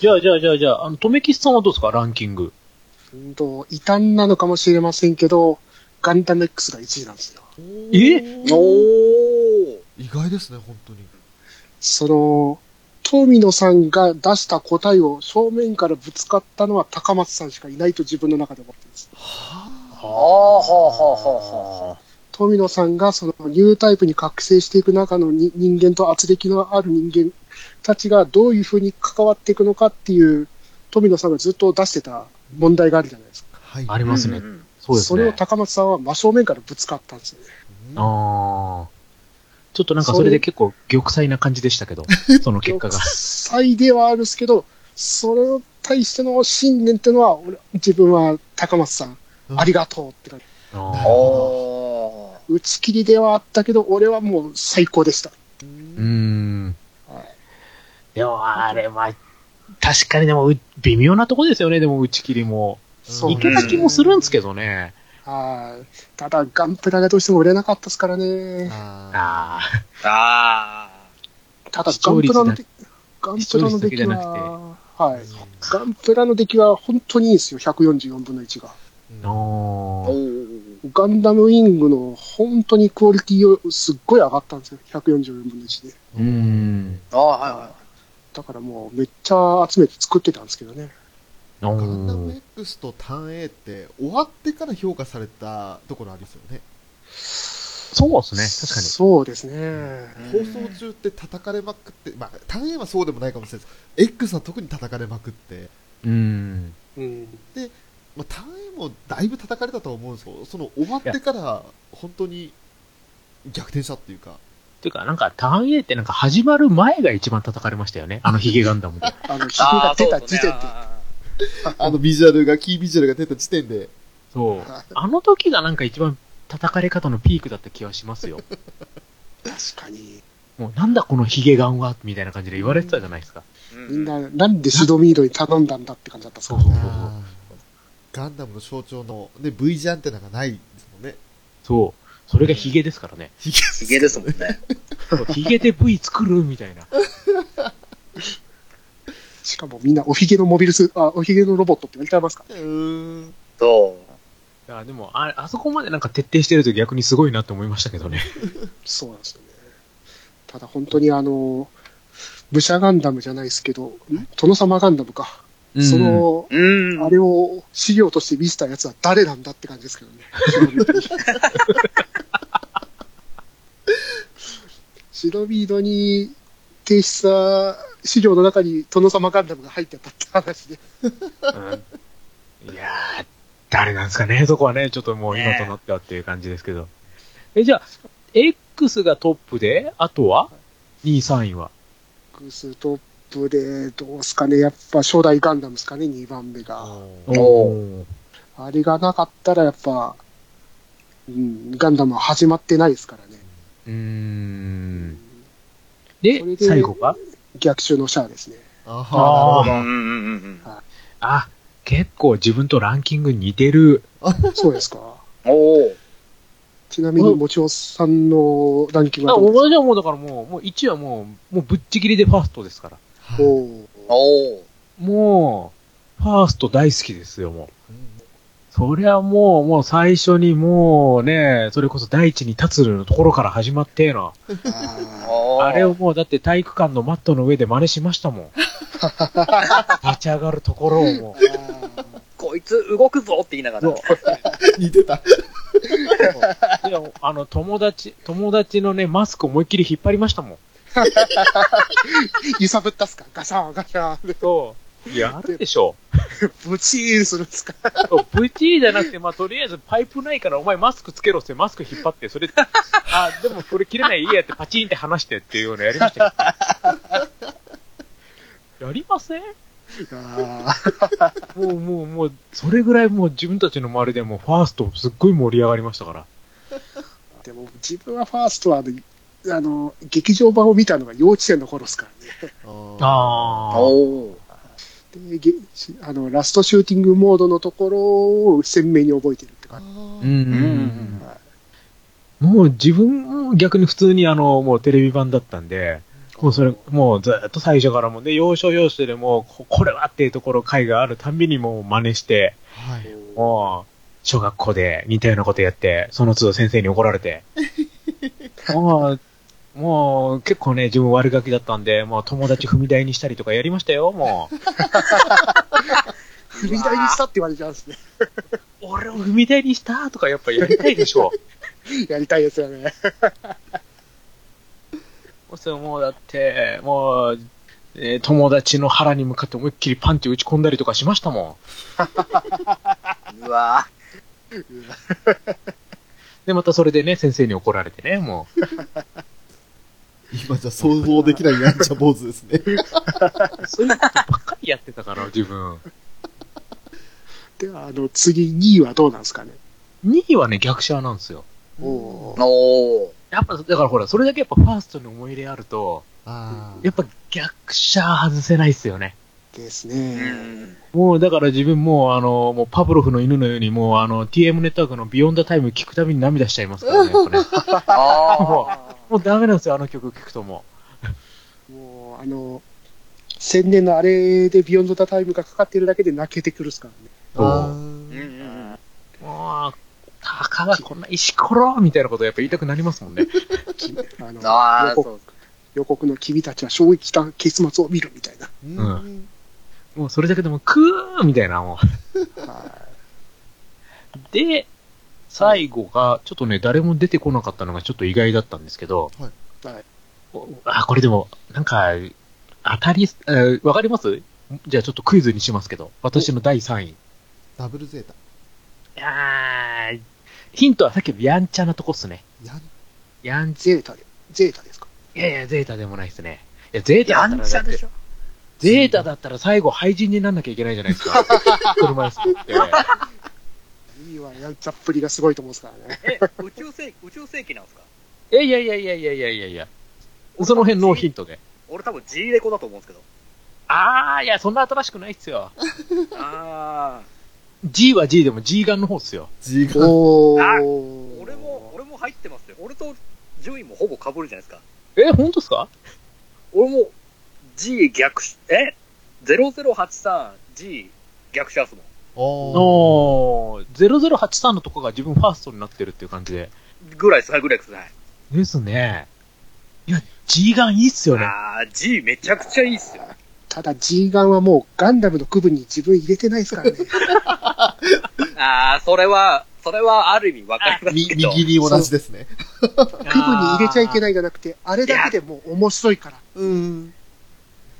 じゃあ、じゃあ、じゃあ、じゃあ、あの、とめきしさんはどうですかランキング。うんと、異端なのかもしれませんけど、ガンダム X が1位なんですよ。えおー意外ですね、本当に。その、富野さんが出した答えを正面からぶつかったのは高松さんしかいないと自分の中で思ってます。あーはあはあはあはあ富野さんがそのニュータイプに覚醒していく中のに人間と圧力のある人間たちがどういうふうに関わっていくのかっていう、富野さんがずっと出してた問題があるじゃないですか。はい。ありますね。うんうんそうですそね。れを高松さんは真正面からぶつかったんですよね。うんああ。ちょっとなんかそれで結構玉砕な感じでしたけど、その結果が。才ではあるんですけど、それに対しての信念っていうのは、俺自分は高松さん、うんありがとうって感じ。ああーー打ち切りではあったけど、俺はもう最高でした。うーん。でもあれは、確かにでもう微妙なとこですよね、でも打ち切りも。そういけた気もするんですけどね。はいただ、ガンプラがどうしても売れなかったですからね。あああただ、視ガ聴ンプ率ラだの出来、ガンプラの出視聴率だけ来じゃなは、はい。そっガンプラの出来は本当にいいんですよ、144分の1が。ーあーー。おガンダムウィングの本当にクオリティをすっごい上がったんですよ、144分の1で。うーん。ああはいはだからもうめっちゃ集めて作ってたんですけどね。あガンダムー X とターン A って終わってから評価されたところありますよね。そうですね、確かに。そうですね。い放送中って叩かれまくって、まあ、ターン A はそうでもないかもしれないです X は特に叩かれまくって、うーん。うん。まあ、ターン A もだいぶ叩かれたとは思うんですけど、その終わってから本当に逆転したっていうか、ていうか、なんか、ターン A ってなんか始まる前が一番叩かれましたよね。あのヒゲガンダムで。あの、ヒゲがあー出た時点で。あのビジュアルが、キービジュアルが出た時点で、そう。あの時がなんか一番叩かれ方のピークだった気はし ますよ。確かに。もうなんだこのヒゲガンはみたいな感じで言われてたじゃないですか。そうみねんな、なんでシドミードに頼んだんだって感じだったんですそかうそうそうそう。あーガンダムの象徴の、ね、V 字アンテナがないですもんね。そう。それがヒゲですからね。ヒヒゲですもんねそうヒゲで V 作るみたいな。しかもみんなおひげのモビルス、あ、おひげのロボットって言われてますかうーん。そいやでもあ、あそこまでなんか徹底してると逆にすごいなって思いましたけどね。そうなんですよね。ただ本当にあの、武者ガンダムじゃないですけど、ん殿様ガンダムか。その、ううんあれを資料として見せたやつは誰なんだって感じですけどね。シドミードに提出した資料の中に殿様ガンダムが入ってたって話で。うんいやー、誰なんですかね、そこはね、ちょっともう今となってはっていう感じですけど。え、じゃあ、X がトップで、あとは ?2 位、3位は。クストップで、どうすかね、やっぱ初代ガンダムですかね、2番目が。おーおおあれがなかったら、やっぱ、うん、ガンダムは始まってないですからね。うーん。そで、れで最後が逆襲のシャアですね。あああーうんうんうんうんあ、結構自分とランキング似てる。そうですか。おおちなみに、もちおさんのランキングあ、はどうです同じはもうだからもう、もう1はもう、もうぶっちぎりでファーストですから。はかいおーおおもう、ファースト大好きですよ、もう。うんそりゃもう、もう最初にもうね、それこそ第一に立つのところから始まってえな。あああれをもうだって体育館のマットの上で真似しましたもん。立ち上がるところをもう。ーこいつ動くぞって言いながら似てた。いや、あの、友達、友達のね、マスク思いっきり引っ張りましたもん。揺さぶったっすかガシャンガシャン。そう。やるでしょ。ブチーンするんすかそうブチーじゃなくて、まあ、とりあえずパイプないからお前マスクつけろってマスク引っ張って、それ、あ、でもこれ切れない、いいやってパチンって離してっていうのやりましたよ。やりませんあもうもうもう、それぐらいもう自分たちの周りでもうファーストすっごい盛り上がりましたから。ーでも、自分はファーストはあの、あの、劇場版を見たのが幼稚園の頃ですからね。あーおでげしあのラストシューティングモードのところを鮮明に覚えてるってあ感うー。ん。もう自分も逆に普通にあの、もうテレビ版だったんで、じ。もうそれ、もうずっと最初からもうね、要所要所でもう、ここれはっていうところ回があるたんびにもう真似して、はい。もう、小学校で似たようなことやって、その都度先生に怒られ て。もう、もう結構ね、自分悪ガキだったんで、もう友達踏み台にしたりとかやりましたよ、も う。踏み台にしたって言われちゃうんですね。俺を踏み台にしたとかやっぱやりたいでしょ。やりたいですよね。もうそれもうだって、もう、えー友達の腹に向かって思いっきりパンチ打ち込んだりとかしましたもん。うわで、またそれでね、先生に怒られてね、も今じゃ想像できないやんちゃ坊主ですね。う。 そういうことばっかりやってたから、自分。では、あの、次2位はどうなんですかね。 2位はね、逆者なんですよ。おーーおーやっぱ、だからほら、それだけやっぱファーストに思い入れあると、ああや。っぱ逆者外せないっすよね。ですうね。ん。もうだから自分もうあの、もうパブロフの犬のようにもうあの、TM ネットワークのビヨンダタイム聞くたびに涙しちゃいますからね、やっ ぱね。あもうダメなんですよ、あの曲聞くとももう、あの、千年のあれでビヨンド・ザ・タイムがかかってるだけで泣けてくるっすからね。う。もーうんうんう、たかがこんな石ころみたいなことやっぱ言いたくなりますもん ね。きあのああ、予そ告うか。予告の君たちは衝撃した結末を見るみたいな。うんうもうそれだけでもクーみたいな、もう。はで、最後が、ちょっとね、誰も出てこなかったのがちょっと意外だったんですけど、いはい。おあ、これでも、なんか、当たり、えーわかりますじゃあちょっとクイズにしますけど、私の第3位。いダブルゼータ。やーヒントはさっきのやんちゃなとこっすね。やんやんちゼータで、ゼータですか。いやいや、ゼータでもないっすね。いや、ゼータだやったらんだってちゃでしょゼータだったら最後廃人になんなきゃいけないじゃないです か。車椅子って。 2位はやんちゃっぷりがすごいと思うんですからね。え、宇宙世紀、宇宙世紀なんですかえ、いやいやいやいやいやいやいや。その辺ノーヒントで。俺多分 G レコだと思うんですけあー、いや、そんな新しくないっすよ。ど。ああ。 G は G でも G ガンの方っすよ。 G が。おあー。俺も、俺も入ってますよ。俺と順位もほぼ被るじゃないですか。え、本当っすか俺も G 逆し、え ?0083G 逆者っすもん。おー。おー、0083のとこが自分ファーストになってるっていう感じで。ぐらいですね、ぐらいですね。ですね。いや、G ガンいいっすよね。ああ、G めちゃくちゃいいっすよ。ただ G ガンはもうガンダムの区分に自分入れてないですから ね。ああ、それは、それはある意味わかり ますみけど。右に同じですね。区区分に入れちゃいけないじゃなくて、あれだけでもう面白いから。うん。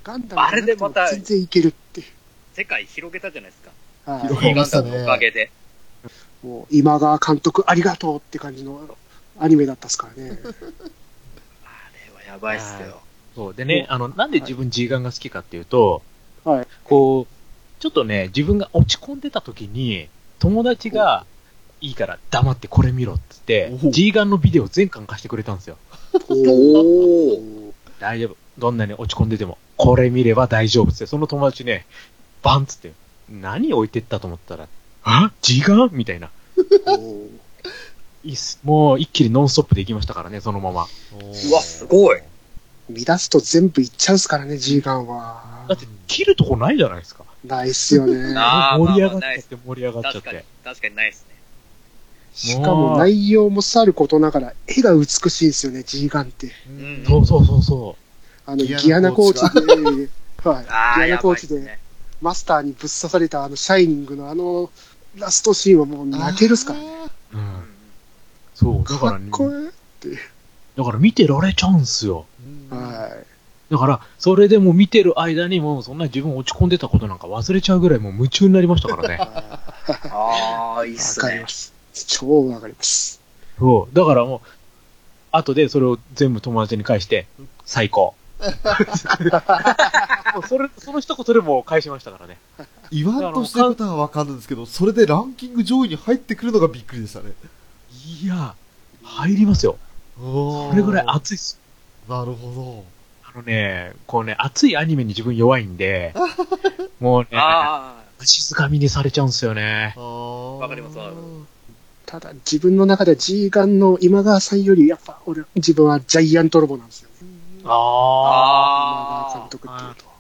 ガンダムじゃなくても全然いけるっていう。世界広げたじゃないですか。はい広いげいまガンしたダねムのおかげで。もう今川監督ありがとうって感じのアニメだったっすからね。あれはやばいっすよ。そう。でね、あの、なんで自分 G ガンが好きかっていうと、はいこう、ちょっとね、自分が落ち込んでた時に、友達が、いいから黙ってこれ見ろっつっておう、 G ガンのビデオ全巻貸してくれたんですよ。おー。大丈夫。どんなに落ち込んでても、これ見れば大丈夫っつって、その友達ね、バンっつって、何置いてったと思ったら、あ ?G ガンみたいな。いいっす。もう一気にノンストップで行きましたからね、そのまま。うわすごい見出すと全部いっちゃうっすからね、G ガン はだ。って、切るとこないじゃないですか。ないっすよね。なあー盛り上がまあまっあないちっゃって盛り上がっちゃ確っかにて。、確かにないっすね。しかも内容もさることながら、絵が美しいんですよね、G ガンって。うんそうそうそうそう。あの、ギギアアナナココーーチチ で、はい、ああ、ギアやナコばーいっチすでね。マスターにぶっ刺されたあの、シャイニングのあの、ラストシーンはもう泣けるっすからね。ね。ううんん。そう、だかからっね、こいい。だから見てられちゃうんすよ。うんはい。だから、それでも見てる間にもうそんな自分落ち込んでたことなんか忘れちゃうぐらいもう夢中になりましたから ね。ああ、いいっわすかりねま。す。超わかります。そう。だからもう、後でそれを全部友達に返して、最 高。もうそれ、その一言でもう返しましたからね。言わんとしてることはわかるんですけど、それでランキング上位に入ってくるのがびっくりでしたね。いや、入りますよ。おーこれぐらい熱いっす。なるほあのね、こうね、熱いアニメに自分弱いん で、もうね、あ静かみにされちゃうんすよね。ど。あわかりますわかりただ、自分の中では G ガンの今川さんより、やっぱ、俺、自分はジャイアントロボなんですよね。うああ長ー監督っていうと。あ。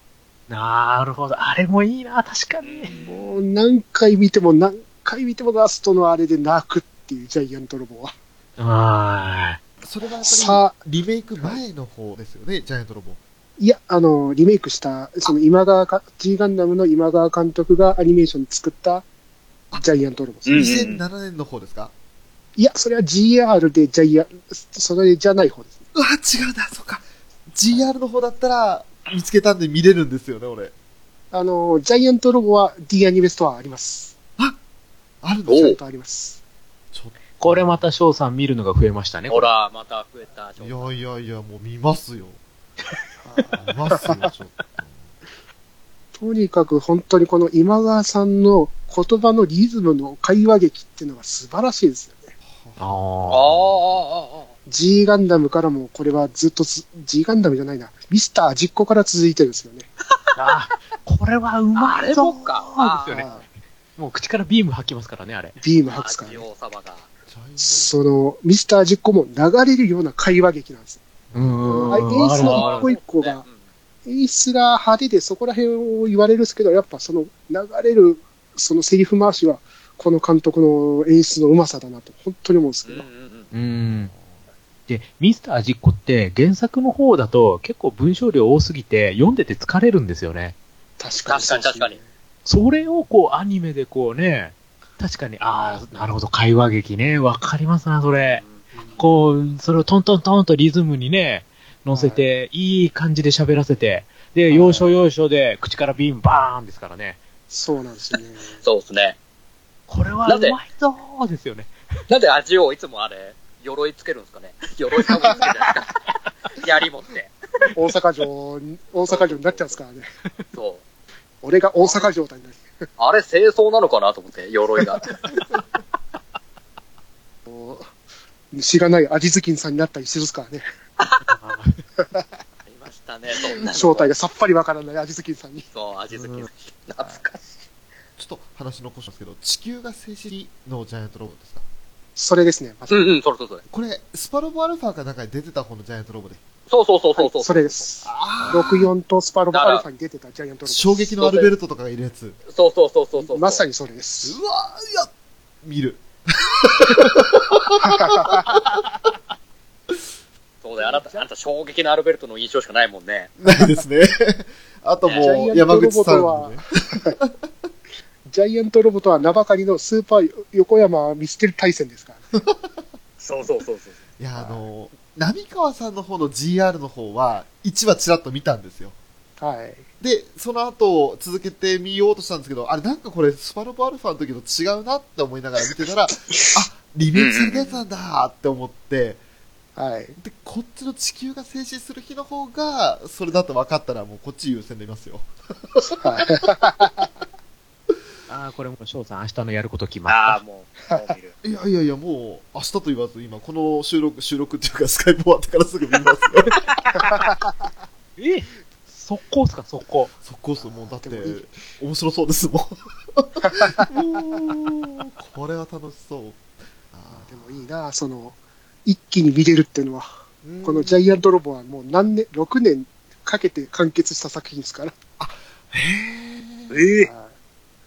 なるほど。あれもいいな、確かに。もう何回見ても何回見てもラストのあれで泣くっていうジャイアントロボは。あそれはやっぱさあ、りリメイク前の方ですよね、ジャイアントロボ。いや、あの、リメイクした、その今川か、G ガンダムの今川監督がアニメーション作ったジャイアントロボ。うんうん2007年の方ですか、いや、それは GR でジャイアン、それじゃない方ですね。うわ、違うな、そっか。GR の方だったら、見つけたんで見れるんですよね、俺。あの、ジャイアントロボは D アニメストアあります。あるのおうちちゃょんとあります。ちょっこれまた翔さん見るのが増えましたね。ほら、また増えた。と。いやいやいや、もう見ますよ。見ますよ、ちょっと。とにかく本当にこの今川さんの言葉のリズムの会話劇っていうのが素晴らしいですよね。ああーあ。あー、あーあー、 G ガンダムからもこれはずっとつ G ガンダムじゃないな。ミスター実行から続いてるんですよね。あこれはうまいあれぞもかそうですよね。あもう口からビーム吐きますからね、あれ。ービームあ吐くあかー、ら、ジね。オ様が。ジャイアンその、ミスター実行も流れるような会話劇なんです。うんあれ演出のあ一個一個うがん、演出が派手でそこら辺を言われるんですけど、やっぱその流れる、そのセリフ回しは、この監督の演出のうまさだなと、本当に思うんですけうんど。ううんん。で、ミスター味っ子って原作の方だと結構文章量多すぎて読んでて疲れるんですよね。確かに。確かに確かに。それをこうアニメでこうね、確かに、ああ、なるほど、会話劇ね、わかりますな、それ。こう、それをトントントンとリズムにね、乗せて、いい感じで喋らせて、で、い要所要所で口からビームバーンですからね。そうなんですよね。そうですね。これはだっうてまいぞーですよね。なんで味をいつもあれ、鎧つけるんですかね。鎧かぶりつけるじ ゃないですか。槍持って。大阪城に、大阪城になっちゃうんですからね。そう。俺が大阪城だになる。あれ、清掃なのかなと思って、鎧が。もう虫がない味頭巾さんになったりするっすからね。ありましたね、そんなの。正体がさっぱりわからない味頭巾さんに。そう、味好きうんです。懐かしい。ちょっと話残したんですけど、地球が静止のジャイアントロボですかそれですね。まずうんうん、それそれそれ。これ、スパロボアルファかなんかに出てた方のジャイアントロボで。そうそうそうそうはそう。いそれです。あ64とスパロボアルファに出てたジャイアントロボです。衝撃のアルベルトとかがいるやつ。そうそうそうそうそう。まさに。にそれです。うわーいや、見る。そうだよ、あなた、あなた衝撃のアルベルトの印象しかないもんね。ないですね。 あともジう、ャイアント山ロボ口とさんはのね。 ジャイアントロボとは名ばかりのスーパー横山見捨てる対戦ですから、ね。そうそうそうそう。いや、あの、波川さんの方の GR の方は、1話ちらっと見たんですよ。はい。で、その後、続けて見ようとしたんですけど、あれなんかこれ、スパロボアルファの時と違うなって思いながら見て たら、あ、リメイクされたやつなんだって思って、はい。で、こっちの地球が静止する日の方が、それだと分かったら、もうこっち優先で見ますよ。はい。ああ、これもう翔さん明日のやること決まった。ああ、もう、もう見 いる。やいやいや、もう、明日と言わず、今、この収録、収録っていうか、スカイプ終わってからすぐ見ますよ。え速攻っすか、速攻。そこそ、もう、だってでもいい、面白そうですもん。もうこれは楽しそう。あでもいいな、その、一気に見れるっていうのは、ーこのジャイアントロボはもう何年、6年かけて完結した作品ですから。えはい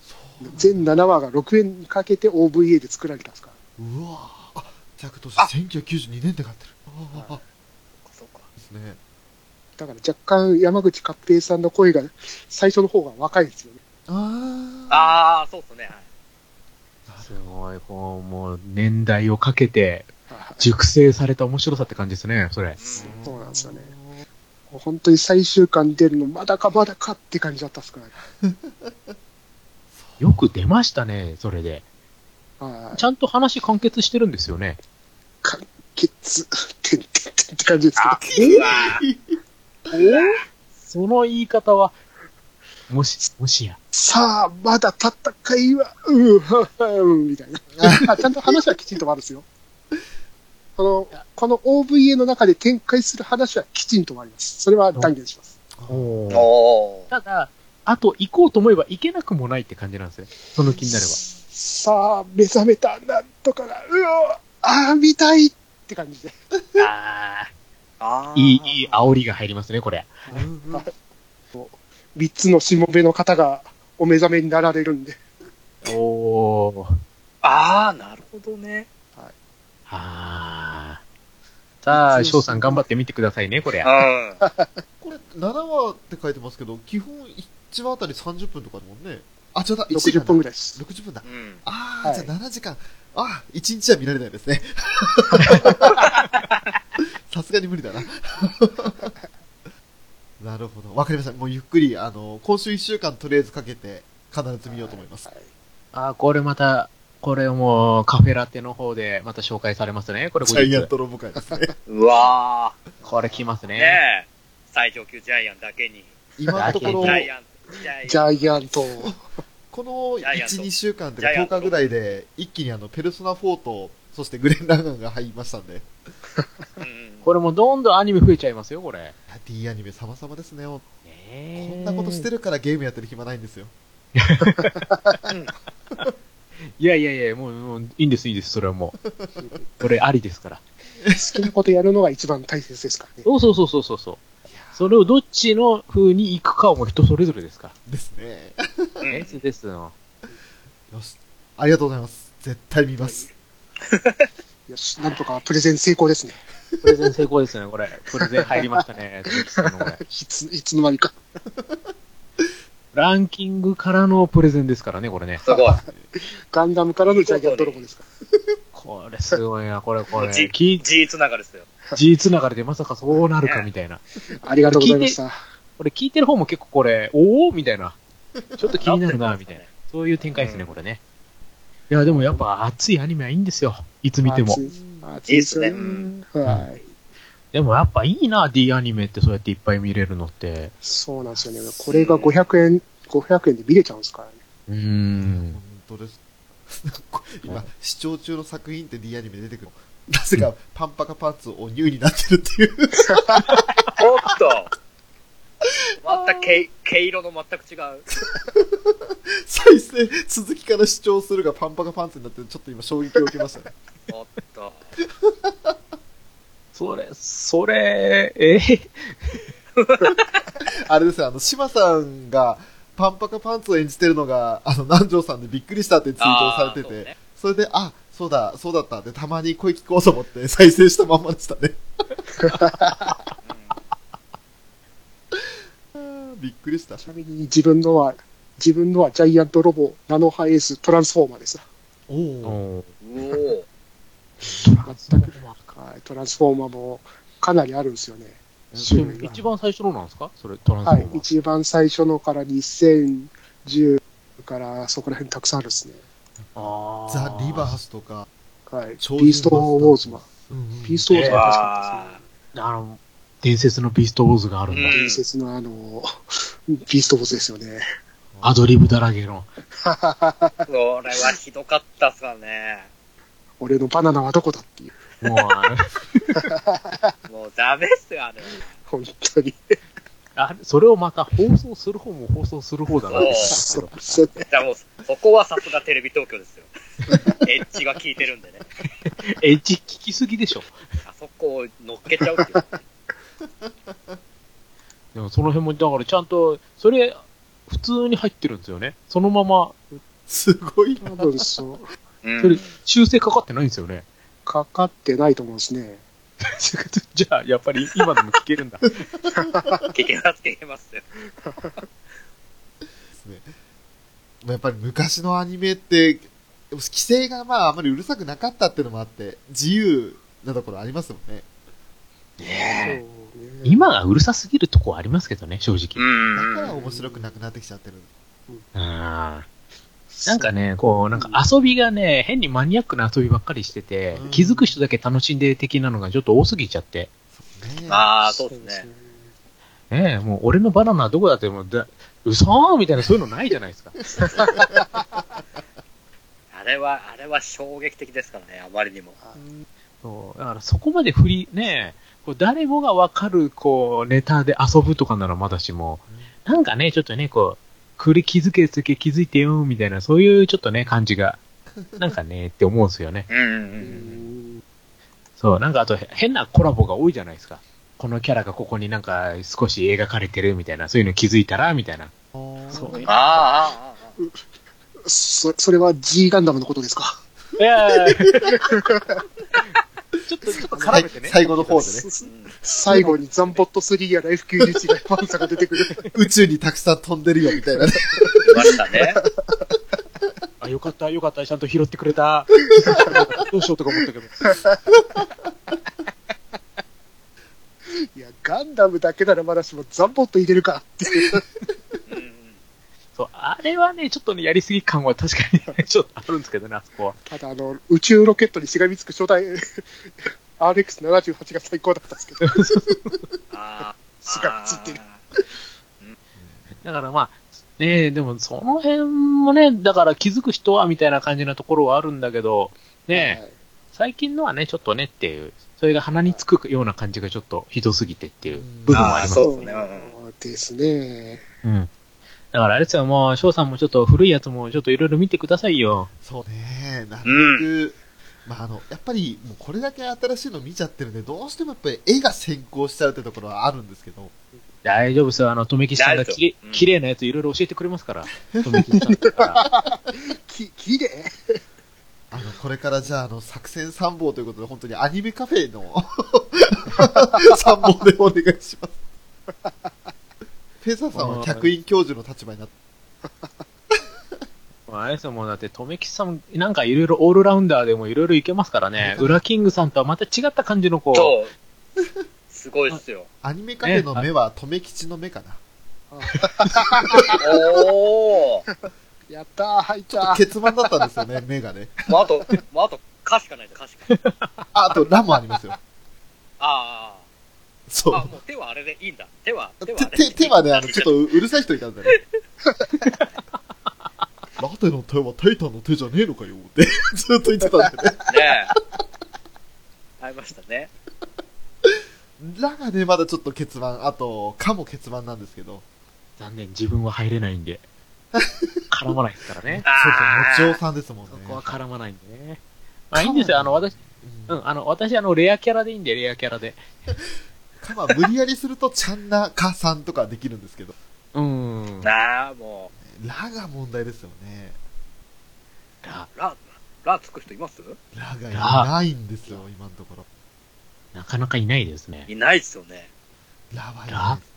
そう全7話が6年かけて OVA で作られたんですから。うわぁ。あ、ジャックとして1992年で買ってる。ああ、そうか。ですね。だから若干山口勝平さんの声が最初の方が若いんですよね。ああ。ああ、そうっすね。はいすごい、こう、もう、年代をかけて、はい熟成された面白さって感じですね、それ。うんそうなんですよね。もう本当に最終巻出るのまだかまだかって感じだったっすからね。よく出ましたね、それで。はいちゃんと話完結してるんですよね。完結、てんてんてんって感じですけど。あ、うわーその言い方は、もし、もしや。さあ、まだ戦いは、うん、ははうん、みたいな。あちゃんと話はきちんとあるんですよ。この、この OVA の中で展開する話はきちんとあります。それは断言します。おー。ただ、あと行こうと思えば行けなくもないって感じなんですよ。その気になれば。さあ、目覚めた、なんとかな、うおああ、見たいって感じで。ああ、あーいい、いい煽りが入りますね、これ。三つのしもべの方がお目覚めになられるんで。おー。あー、なるほどね。あー。さあ、翔さん頑張ってみてくださいね、これ。うん。これ、7話って書いてますけど、基本1話あたり30分とかだもんね。あ、違った、1時60間だ。分ぐらいです。 60分だ。うん。あー、はいじゃあ7時間。あー、1日は見られない ですね。さすがに無理だな。 なるほど。わかりました。もうゆっくり、あの、今週1週間とりあえずかけて、必ず見ようと思います。あー、これまた、これもカフェラテの方でまた紹介されますね、これジ後ャイアン日。トロボ会ですね。うわこれ来ますー。ね。ねえ。最上級ジャイアンだけに。今のとこおろジ、ャイアント、ジャイアンジャイアント。このジャイアント1、2週間とジかャイア10ント日ぐらいで、一気にあの、ペルソナ4と、そしてグレン・ラガンが入りましたんで、うんこれもどんどんアニメ増えちゃいますよ、これ。いや D アニメ様々ですね。ここんなことしてるからゲームやってる暇ないんですよ。いやいやいや、もう、もういいんです、いいです、それはもう。これありですから。好きなことやるのが一番大切ですからね。そうそうそうそうそうそう。それをどっちの風に行くかはもう人それぞれですかですね。ら。うんですですの。よし。ありがとうございます。絶対見ます。よし、なんとかプレゼン成功ですね。 プレゼン成功ですね、これ。プレゼン入りました ね、鈴木さんのこれいつ、いつの間にか。ランキングからのプレゼンですからね、これね。すごい。ガンダムからのジャイアントロボですかこれすごいな、これこれ。じき G つながりですよ。 G つながりでまさかそうなるかみたいな。ら。ありがとうございました。これ聞いてる方も結構これ、おおみたいな。ちょっと気になるな、みた いな。そういう展開ですね、うんこれね。いや、でもやっぱ熱いアニメはいいんですよ。いつ見ても暑。い。暑いいっすねよはい。でもやっぱいいな、D アニメってそうやっていっぱい見れるのって。そうなんですよね。これが500円、500円で見れちゃうんですからね。うー本ん。当です。 今、視聴中の作品って D アニメ出てくる。なぜか、パンパカパンツをニューになってるっていう。 おっと。また毛、毛色の全く違う。再生、続きから視聴するがパンパカパンツになってる、ちょっと今衝撃を受けましたね。おっ と。それ、それ、えーあれですよ、あの、島さんが、パンパカパンツを演じてるのが、あの、南條さんでびっくりしたってツイートをされてあーそうて、ねそれで、あ、そうだ、そうだったって、たまに声聞こうと思って 再生したまんまでしたね。あーびっくりした。ちなみに自分のは、自分のはジャイアントロボ、ナノハエース、トランスフォーマーです。おお。うんうおー全く。はい、トランスフォーマーもかなりあるんですよね。それ一番最初のなんですかそれ、トランスフはォいー、マー。一番最初のから2010からそこら辺たくさんあるんですね。あザ・リバースとか、はい、ビ超人ーストウォーズも。うんうんビーストウォーズも確かああの、伝説のビーストウォーズがあるんだ。うんに伝説のあの、ビーストウォーズですよね。アドリブだらけの。ーこれはひどかったっすからね。俺のバナナはどこだっていう。もうあれ、もうダメっすよ、あれ。本当に。 あれそれをまた放送する方も放送する方だなってそ思ったけうど。そうじゃあもう、そこはさすがテレビ東京ですよ。エッジが効いてるんでね。エッジ聞きすぎでしょ。あそこを乗っけちゃうっていう。でもその辺も、だからちゃんと、それ、普通に入ってるんですよね。そのまま、すごいな。多分そう。うんそれ修正かかってないんですよね。 かかってないと思うんですね。じゃあ、やっぱり今でも聞けるん だ。聞けます、聞けますよ。ですね。やっぱり昔のアニメって、規制がまああまりうるさくなかったっていうのもあって、自由なところありますもんね。そうね今がうるさすぎるとこありますけどね、正直。だかんら面白くなくなってきちゃってる。うんなんかね、こう、なんか遊びがね、変にマニアックな遊びばっかりしててうん、気づく人だけ楽しんで的なのがちょっと多すぎちゃって、ねああ、そうですね。。ねえ、もう俺のバナナはどこだって、もうだ、嘘ーみたいなそういうのないじゃないですか。あれは、あれは衝撃的ですからね、あまりにも。そう、だからそこまで振り、ねえ、こう誰もがわかる、こう、ネタで遊ぶとかならまだしも、なんかね、ちょっとね、こう、くれ気づけつけ気づいてよ、みたいな、そういうちょっとね、感じが、なんかね、って思うんですよね。うんうんう。うんんそう、なんかあとへ変なコラボが多いじゃないですか。このキャラがここになんか少し描かれてるみたいな、そういうの気づいたら、みたいな。そういう。ああ、ああ、あそそれは G ガンダムのことですか。いやいや ちょっと、ちょっと絡めてね。最後の方でね。すあ。最後にザンポット3やライフ91やパンサーが出てくる。宇宙にたくさん飛んでるよ、みたいなね。言われたね。あ、よかった、よかった、ちゃんと拾ってくれた。どうしようとか思ったけど。いや、ガンダムだけならまだしもザンポット入れるかっていう。うんそう、あれはね、ちょっとね、やりすぎ感は確かに、 ちょっとあるんですけどね、あそこは。ただ、あの、宇宙ロケットにしがみつく初代 RX78 が最高だったんですけど、ああ。しがみついてる。だからまあ、ねえ、でもその辺もね、だから気づく人はみたいな感じなところはあるんだけど、ねえ、はい最近のはね、ちょっとねっていう、それが鼻につくような感じがちょっとひどすぎてっていう部分もあります。そうですねそうですね。うん。だからあれですよ、もう、翔さんもちょっと古いやつもちょっといろいろ見てくださいよ。そうね、なるうんべく、まああの、やっぱりもうこれだけ新しいの見ちゃってるんで、どうしてもやっぱり絵が先行しちゃうってところはあるんですけど、大丈夫ですよ、あの、とめきさんが大丈夫きれうん綺麗なやついろいろ教えてくれますから。とめきさんだから。き、きれいあの、これからじゃあ、あの、作戦参謀ということで、本当にアニメカフェ の参謀でお願いします。フェザーさんは客員教授の立場になって、もうあれですよ、もうだって、とめきさん、なんかいろいろオールラウンダーでもいろいろいけますからね。裏キングさんとはまた違った感じのこう。そう。すごいっすよ。アニメカフェの目は、とめきちの目かな。おー。やったー、入っちょっと欠番だったんですよね、目がね。もうあと、もうあと、かしかないです、かしかない。あ、あと、ラもありますよ。あそあ。あ、う。もう手はあれでいいんだ。手は、手はあれでい手、い手はね、あの、ちょっとううるさい人いたんだね。 ラテの手はタイタンの手じゃねえのかよって、 ずっと言ってたんだよね。ねえ。ありましたね。ラがね、まだちょっと欠番、あと、かも欠番なんですけど、残念、自分は入れないんで。絡まないですからね。あーそうそう、もちおさんですもんね そ。こは絡まないんでね。まあいいんですよ、あの、私、うん。うん、あの、私、あの、レアキャラでいいんで、レアキャラで。かま、無理やりすると、ちゃんな、かさんとかできるんですけど、うん。なあ、もラが問題ですよね。ラう、ラ、ラつく人いますラがいないんですよ、今のところ。なかなかいないですね。いないっすよね。ラはいないですね。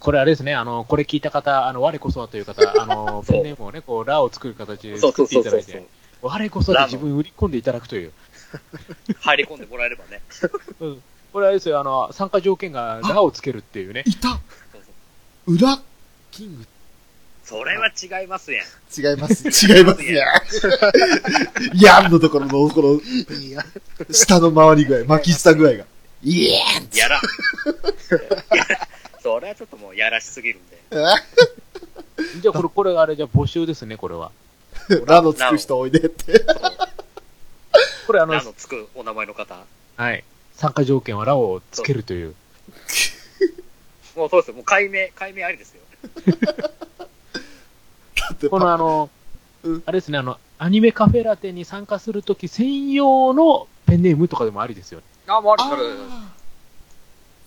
これあれですね、あの、これ聞いた方、あの、我こそはという方、あの、そうペンネームをね、こう、ラを作る形でそうそ作っていうそうただそういそうて、。我こそで自分売り込んでいただくという。入り込んでもらえればね。うん。これあれですよ、あの、参加条件が、ラをつけるっていうね。いたそうそう裏キングそれは違いますやん。 違い ます。違いますね。ヤンのところの、この、いや、下の回り具合、巻き下具合が。いえやら。それはちょっともうやらしすぎるんで。じゃあ、これ、これあれ、じゃあ募集ですね、これは。ラのつく人おいでって。これあのラ、のつくお名前の方。はい。参加条件はラをつけるという。もうそうですよ。もう解明、解明ありですよ。このあの、うんあれですね、あの、アニメカフェラテに参加するとき専用のペンネームとかでもありですよね。あ、もうああー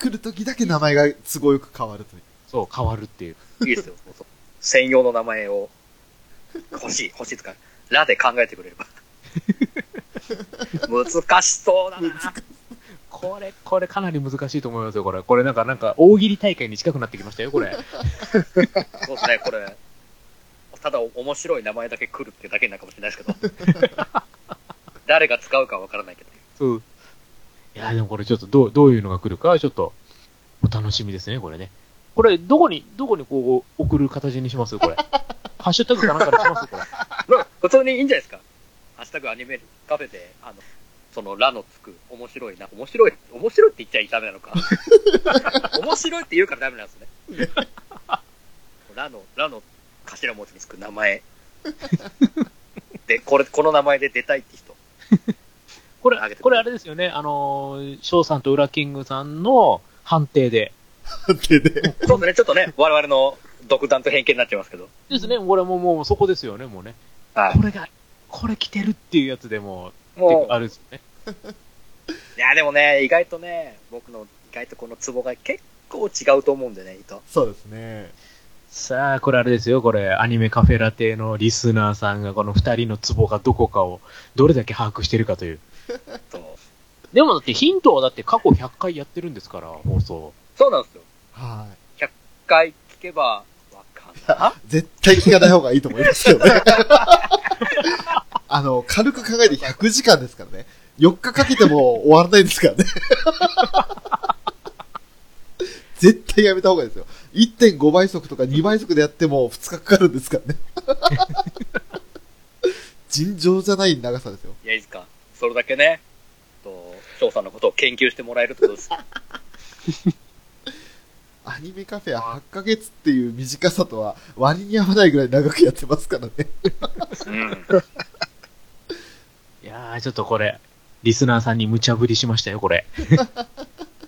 来るときだけ名前が都合よく変わるという。そう、変わるっていう。いいですよ。もうそう専用の名前を。欲しい、欲しいとか。ラで考えてくれ れば。難しそうだな。これ、これかなり難しいと思いますよ、これ。これなんか、なんか、大喜利大会に近くなってきましたよ、こ れ。そうですね、これ。ただ面白い名前だけ来るってだけになるかもしれないですけど。 誰が使うかわからないけど。そう。いや、でもこれちょっと、どう、どういうのが来るか、ちょっと、お楽しみですね、これね。これ、どこに、どこにこう、送る形にします これ。ハッシュタグかなんかにしますこれ。まあ普通にいいんじゃないですか。ハッシュタグアニメカフェで、あの、その、ラのつく、面白いな、面白い、面白いって言っちゃいダメなのか。面白いって言うからダメなんですね。ラの、ラの頭文字につく名前。で、これ、この名前で出たいって人。これあげてくれる、これあれですよね、あのー、翔さんとウラキングさんの判定で。 でね、そうですね、ちょっとね、我々の独断と偏見になっちゃいますけど。ですね、これもうもうそこですよね、もうね。はこれが、これ着てるっていうやつでもい。う、もあれですよね。う、いや、でもね、意外とね、僕の外とこのツボが結構違うと思うんでね、伊藤。そうですね。さあ、これあれですよ、これ、アニメカフェラテのリスナーさんが、この二人のツボがどこかを、どれだけ把握してるかという。そうでもだってヒントはだって過去100回やってるんですから、放送。そうなんですよ。は一回聞けばわかんない。い。絶対聞かない方がいいと思いますけどね。 あの、軽く考えて100時間ですからね。4日かけても終わらないですからね。 絶対やめた方がいいですよ。1.5倍速とか2倍速でやっても2日かかるんですからね。 尋常じゃない長さですよ。いや、いいですか。それだけね、と、翔さんのことを研究してもらえるってことです。アニメカフェは8ヶ月っていう短さとは割に合わないぐらい長くやってますからね。 うん。いやー、ちょっとこれ、リスナーさんに無茶ぶりしましたよ、これ。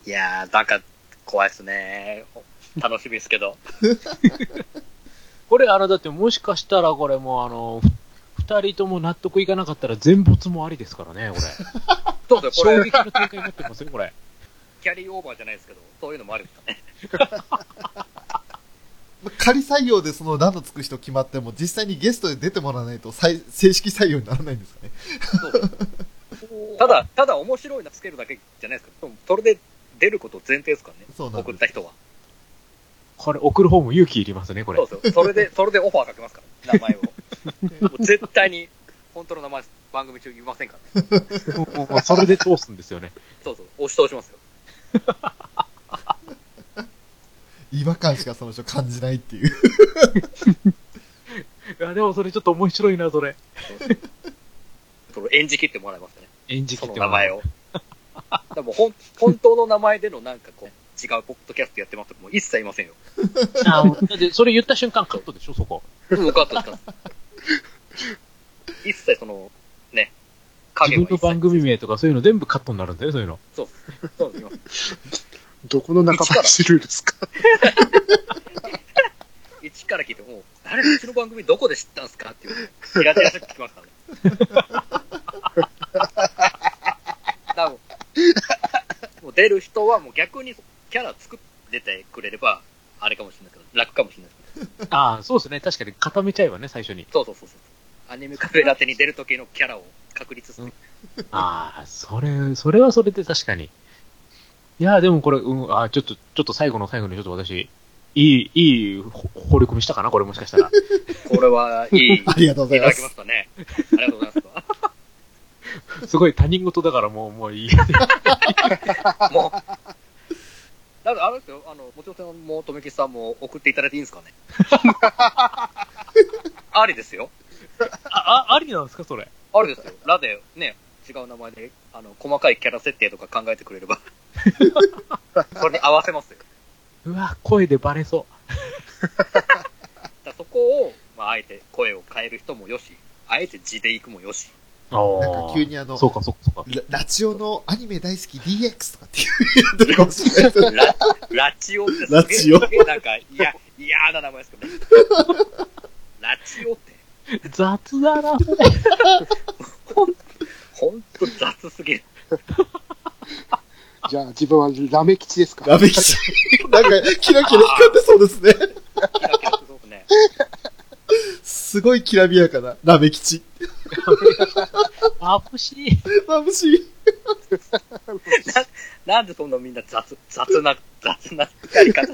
いやー、なんか、怖いですね。楽しみですけど。これ、あの、だってもしかしたらこれもうあの、ふ二人とも納得いかなかったら全没もありですからね、これ。 そうです衝よ、これ、撃の展開になってますよ、これ。キャリーオーバーじゃないですけど、そういうのもあるんですかね。仮採用でそのラのつく人決まっても実際にゲストで出てもらわないと再正式採用にならないんですかね。ただ、ただ面白いなつけるだけじゃないですか。それで出ること前提ですからね。そうなん送っでたす。人は。これ、送る方も勇気いりますね、これそう。ですよ。それ で、それでオファーかけますから、名 前を。もう絶対に、本当の名前、番組中言いませんから、ね。もうもうそれで通すんですよね。そうそう、押し通しますよ。違和感しかその人感じないっていう。いや、でもそれちょっと面白いな、それ。それ演じ切ってもらいますね。演じきそっのて名前。を。 でも、ほん、本当の名前でのなんかこう、違うポッドキャストやってますとかもう一切いませんよ。あ だってそれ言った瞬間カットでしょ、そこ。うん、カットしたんです。一切その、ね、影自分のは一切番組名とかそういうの全部カットになるんだよね、そういうの。そうです、今 どこの仲間知るんですか一から聞いて、もう、誰うちの番組どこで知ったんすかっていう、チラチラして聞きますからね。だからもう出る人はもう逆にキャラ作っててくれれば、あれかもしれないけど、楽かもしれないですああ、そうですね。確かに固めちゃえばね、最初に。そうそうそうそう。アニメカフェラテに出る時のキャラを確立する。ああ、それ、それはそれで確かに。いやー、でもこれ、うん、あーちょっと、ちょっと最後の最後にちょっと私、いい、いい、ほ掘り込みしたかなこれもしかした ら。これはい い、いありがとうございたま。だきますしたね。ありがとうございます。すごい他人事だからもう、もう いい。もう。だからあれですよ、あの、もちろさんも、とめきさんも送っていただいていいんですか ね。ありですよ。あ、あ、ありなんですかそれ。ありですよ。ラで、ね、違う名前で、あの、細かいキャラ設定とか考えてくれ れば。それに合わせますよ。うわ、声でバレそだからそこを、まあ、あえて声を変える人もよし、あえて字で行くもよし。う。あなんか急にあのそうか、そうか、そうか。ララチオのアニメ大好き DX とかっていうやってるかもしれないですよね。ラ、ラチオってすげえラチオすげえなんか、いや、嫌な名前ですけどね。ラチオって、雑だな、これほんと雑すぎる。じゃあ自分はラメ吉ですかラベキシ。 なんかキラキラ光ってそうですね。キラキラすごくね。すごいきらびやかなラベキチ。眩しい。眩しい。なんでそんなみんな雑、雑な、雑なやり方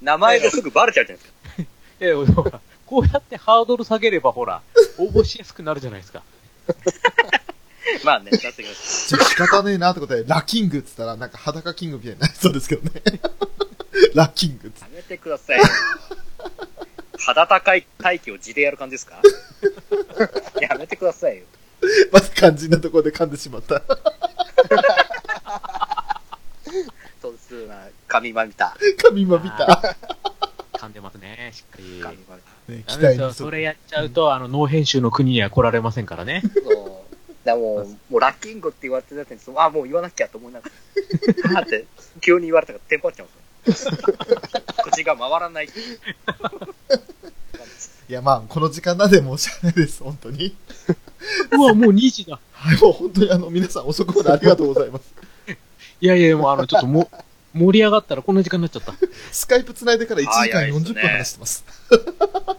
名前ですぐバレちゃうじゃないですか。え、ほら、こうやってハードル下げれば、ほら、応募しやすくなるじゃないですか。まあね、雑すぎます。じゃあ仕方ねえなってことで、ラキングっつったらなんか裸キングみたいになりそうですけどね。 ラキングっつってやめてください。肌高い大気を地でやる感じですかやめてくださいよ。まず肝心なところで噛んでしまった。そうですな、髪まみた。髪まびた。噛んでますね、しっかり。髪まみね、ダ 期メで待すに沿っよてそれやっちゃうと、あの、脳編集の国には来られませんからね。 た。そう。だからもう、もうラッキングって言われてたやつに、そうあ、もう言わなきゃと思いながら。だって、急に言われたからテンパっちゃうんですよ。口が回らない。いや、まあ、この時間なんで申し訳ないです、本当に。うわ、もう2時だ。はい、もう本当にあの、皆さん遅くまでありがとうございます。いやいや、もうあの、ちょっとも、盛り上がったらこんな時間になっちゃった。 スカイプ繋いでから1時間早いです40ね分話してます。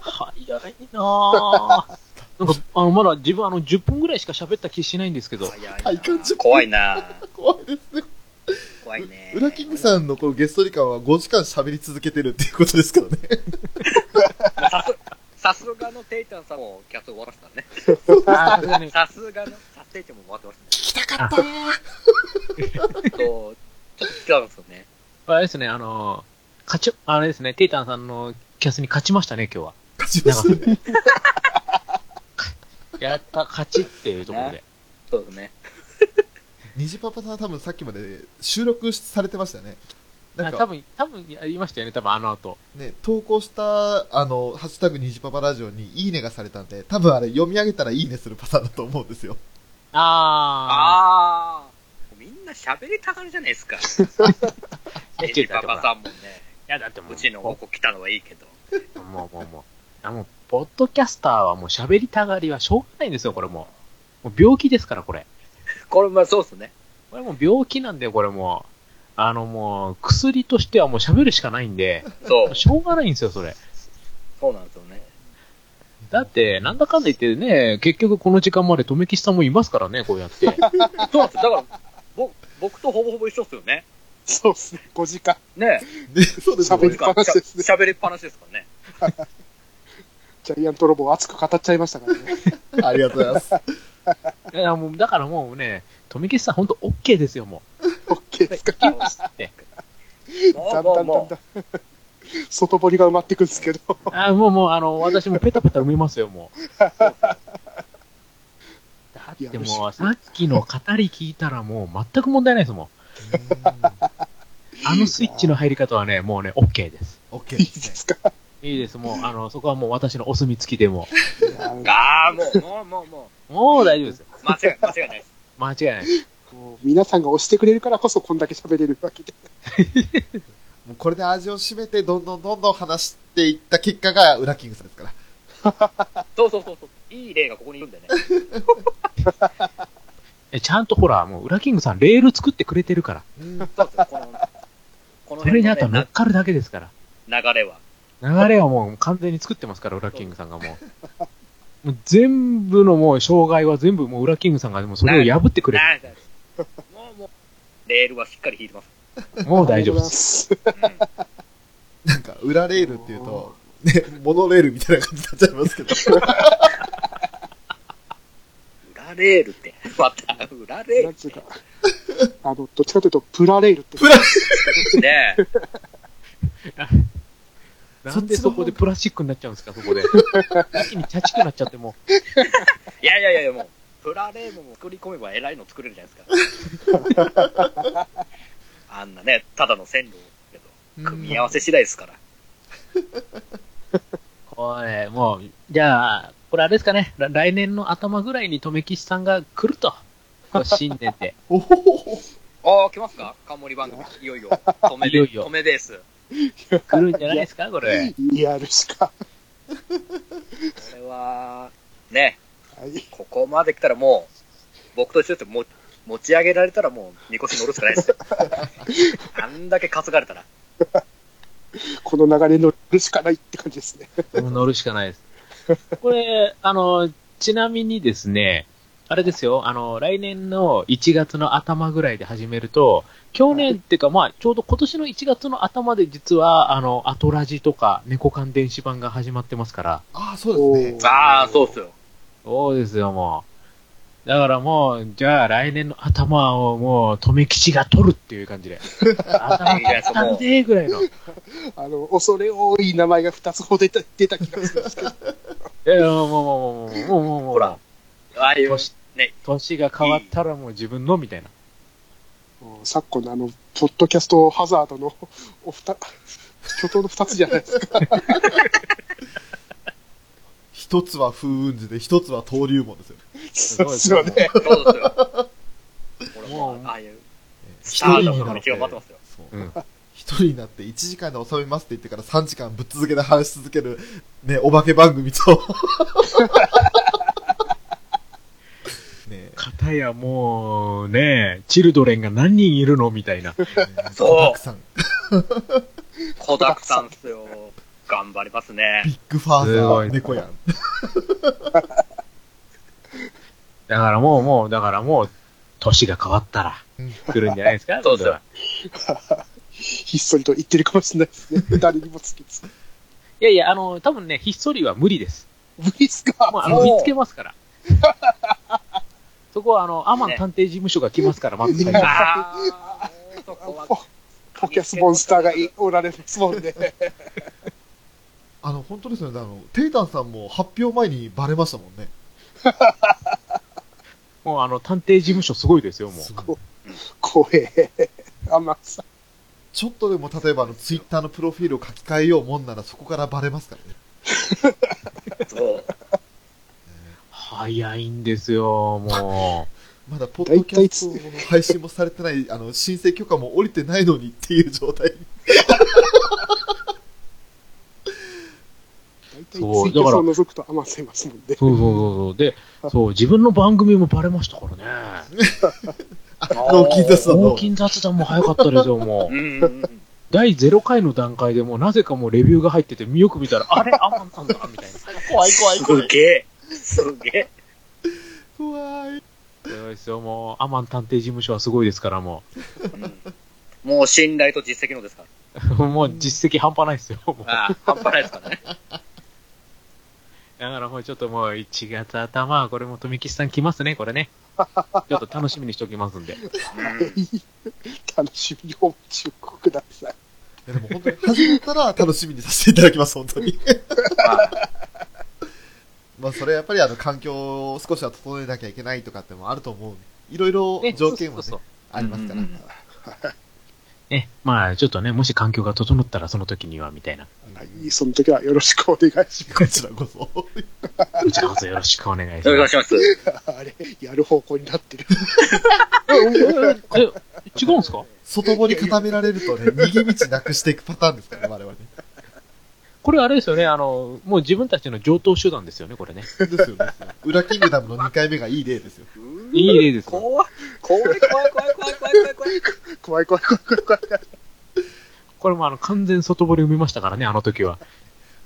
早いなぁ。なんか、あの、まだ自分あの、10分ぐらいしか喋った気しないんですけど。早い体感な10怖いな怖いですね。怖いね。ウラキングさんのこのゲストリカンは5時間喋り続けてるっていうことですからね。 さすがのテイタンさんもキャット終わらせたね。さすがにさすがの、さテイタンも終わってまし聞きたかったたたね。と、ちょっと違うんですよね。あれですね、あの、勝ち、あれですね、テイタンさんのキャスに勝ちましたね、今日は。勝ちましたね。やった、勝ちっていうところで。そうですね。ニジパパさんは多分さっきまで収録されてましたよね。なあん多か分、多分やりましたよね、多分あの後。ね、投稿した、あの、ハッシュタグニジパパラジオにいいねがされたんで、多分あれ読み上げたらいいねするパターンだと思うんですよ。ああー。みんな喋りたがるじゃないで すか。ー。エジパパさんもね、いや、だってもう、うちのここ来たのはいいけど。もう、もう、もう。あもうポッドキャスターはもう喋りたがりはしょうがないんですよ、これもう。もう病気ですから、これ。これ、まあそうですね。これもう病気なんで、これもう。あのもう、薬としてはもう喋るしかないんで、そう。しょうがないんですよ、それ。そうなんですよね。だって、なんだかんだ言ってね、結局この時間まで留吉さんもいますからね、こうやって。そうなんですよ。だから、ぼ僕とほぼほぼ一緒ですよね。 そうですね。5時間。ねね、そうですよ喋り ねっ。ぱなしですね喋りっぱなしですからね。ジャイアントロボを熱く語っちゃいましたからね。ありがとうございます。いやもうだからもうね、富吉さんほんと OK ですよ、も OK ですか。う。ってもだうんもだうんだんもだん。 外堀が埋まっていくんですけど。あもうもう、あの、私もペタペタ埋めますよ、もう。だってもう、さっきの語り聞いたらもう全く問題ないですもん。 あのスイッチの入り方はね、もうね、OK です。オッケーいでいですね。すか。いいです、もう、あの、そこはもう私のお墨付きでもいやう。ああ、もう、もう、もう、もう、もう大丈夫ですよ。う。間違い、 間違いないです。間違いない。もう皆さんが押してくれるからこそこんだけ喋れるわけで。もうこれで味を占めて、どんどんどんどん話していった結果が、ウラキングさんですから。そうそうそう。そういい例がここにいるんでね。えちゃんとほら、もう、裏キングさん、レール作ってくれてるから。そうそうこの、このそれに辺のあとは乗ねっかるだけですから。な流れは。流れはもう完全に作ってますから、裏キングさんがもう。もう全部のもう障害は全部もう裏キングさんがもうそれを破ってくれなんかもう、もう、レールはしっかり引いてます。る。もう大丈夫です。す。うんなんか、裏レールっていうと、ね、モノレールみたいな感じになっちゃいますけど。裏レールって。 また、裏なレールんっていうか、あの、どっちかというと、プラレールって。プラね え。なんでそこでプラスチックになっちゃうんですか、そこで。 一気にチャチくなっちゃってもいやいやいやいや、もう、プラレールも作り込めば偉いの作れるじゃないです か。あんなね、ただの線路けど、組み合わせ次第ですから。う、これ、もう、じゃあ、これあれですかね、ら来年の頭ぐらいに留吉さんが来ると。こう新年 で。おほほほああ、来ますか冠番組、いよいよ。止めいよいよ止めベース。来るんじゃないですか、これ。やるしか。これは、ね、はい。ここまで来たらもう、僕と一緒ですよも持ち上げられたらもう、みこし乗るしかない ですよ。あんだけ担がれたら。この流れに乗るしかないって感じですね。もう乗るしかないです。これ、あの、ちなみにですね、あれですよ、あの、来年の1月の頭ぐらいで始めると、去年っていうか、まあ、ちょうど今年の1月の頭で実は、あの、アトラジとか、猫缶電子版が始まってますから、ああ、そうですね。ああ、そうっすよ。そうですよ、もう。だからもう、じゃあ来年の頭をもう、留吉が取るっていう感じで。頭が来たんで、ぐらいの。いあの、恐れ多い名前が2つほど出た出た気がするんですけど。やいや、もう、もう、もう、もう、もう、もう、もうほら、ああいう、年、ね年が変わったらもう自分の、みたいな。もう昨今のあの、ポッドキャストハザードのお二、巨頭の2つじゃないですか。一つは風雲児で、一つは登竜門ですよ。そうですよね。そうですよ。ほら、ももうう、ああいう、一スター人ダにムなっの道てが待ってますよ。そううん一人になって1時間で収めますって言ってから3時間ぶっ続けで話し続ける、ね、 お化け番組と。ね、語たやもう、ねチルドレンが何人いるのみたいな。そう小沢さん。子だくさんっすよ。頑張りますね ビ。ッグファーすザごーい猫やん。だからもう、もう、だからもう、年が変わったらうん、来るんじゃないですかそうですよ今ひっそりと言ってるかもしれないですね。誰にもつけず。度はいやいや、あの、多分ね、ひっそりは無理です。無理っすかもう、あの、そう見つけますから。そこは、あの、アマン探偵事務所が来ますから、まず最初に。ああ、男はポポキャスモンスターがいおられますもんね。あの、本当ですよね。あの、テイタンさんも発表前にバレましたもんね。もう、あの、探偵事務所すごいですよ、もう。すごごいい怖え。あんまさ。ちょっとでも、例えば、あの、ツイッターのプロフィールを書き換えようもんなら、そこからバレますからね。そう。早いんですよ、もまだ、ポッドキャストの配信もされてない、あの、申請許可も降りてないのにっていう状態。大体ツイそうキャスを覗くとアマンさんいますもんねう。。そうそうそうそう。で、そう、自分の番組もバレましたからね。あ、脳筋雑談脳の。筋雑談も早かったですよ、もうう。んうんうん。第0回の段階でもう、なぜかもうレビューが入ってて、よく見 たら、あれ、アマンさんだ、みたいな。怖い怖い怖い。すげえ。すげえ。怖い。すごいですよ、もう、アマン探偵事務所はすごいですから、もうんもう信頼と実績のですから。う。もう実績半端ないですよ、もう。ああ、半端ないですからね。だからもうちょっともう1月頭、これも富吉さん来ますね、これ ね。ちょっと楽しみにしておきますんで。楽しみにお待ちください。いやでも本当に始めたら楽しみにさせていただきます、本当に。まあそれはやっぱりあの環境を少しは整えなきゃいけないとかってもあると思う。いろいろね条件はね、そうそうそうありますから。うんうんうんね、まあちょっとね、もし環境が整ったらその時には、みたいな。はいその時はよろしくお願いしこちらこそ。こちらこそよろしくお願いしお願まいす。します。ます。あれ、やる方向になってる。え、違うんすか外堀固められるとね、逃げ道なくしていくパターンですからね、我々ね。これあれですよね、あの、もう自分たちの上等手段ですよね、これね。ですよね。裏キングダムの2回目がいい例ですよ。いい例ですよ。怖い。怖い怖い怖い怖い怖い怖い怖い。怖い怖い怖い怖い怖い。これもあの、完全外堀を見ましたからね、あの時は。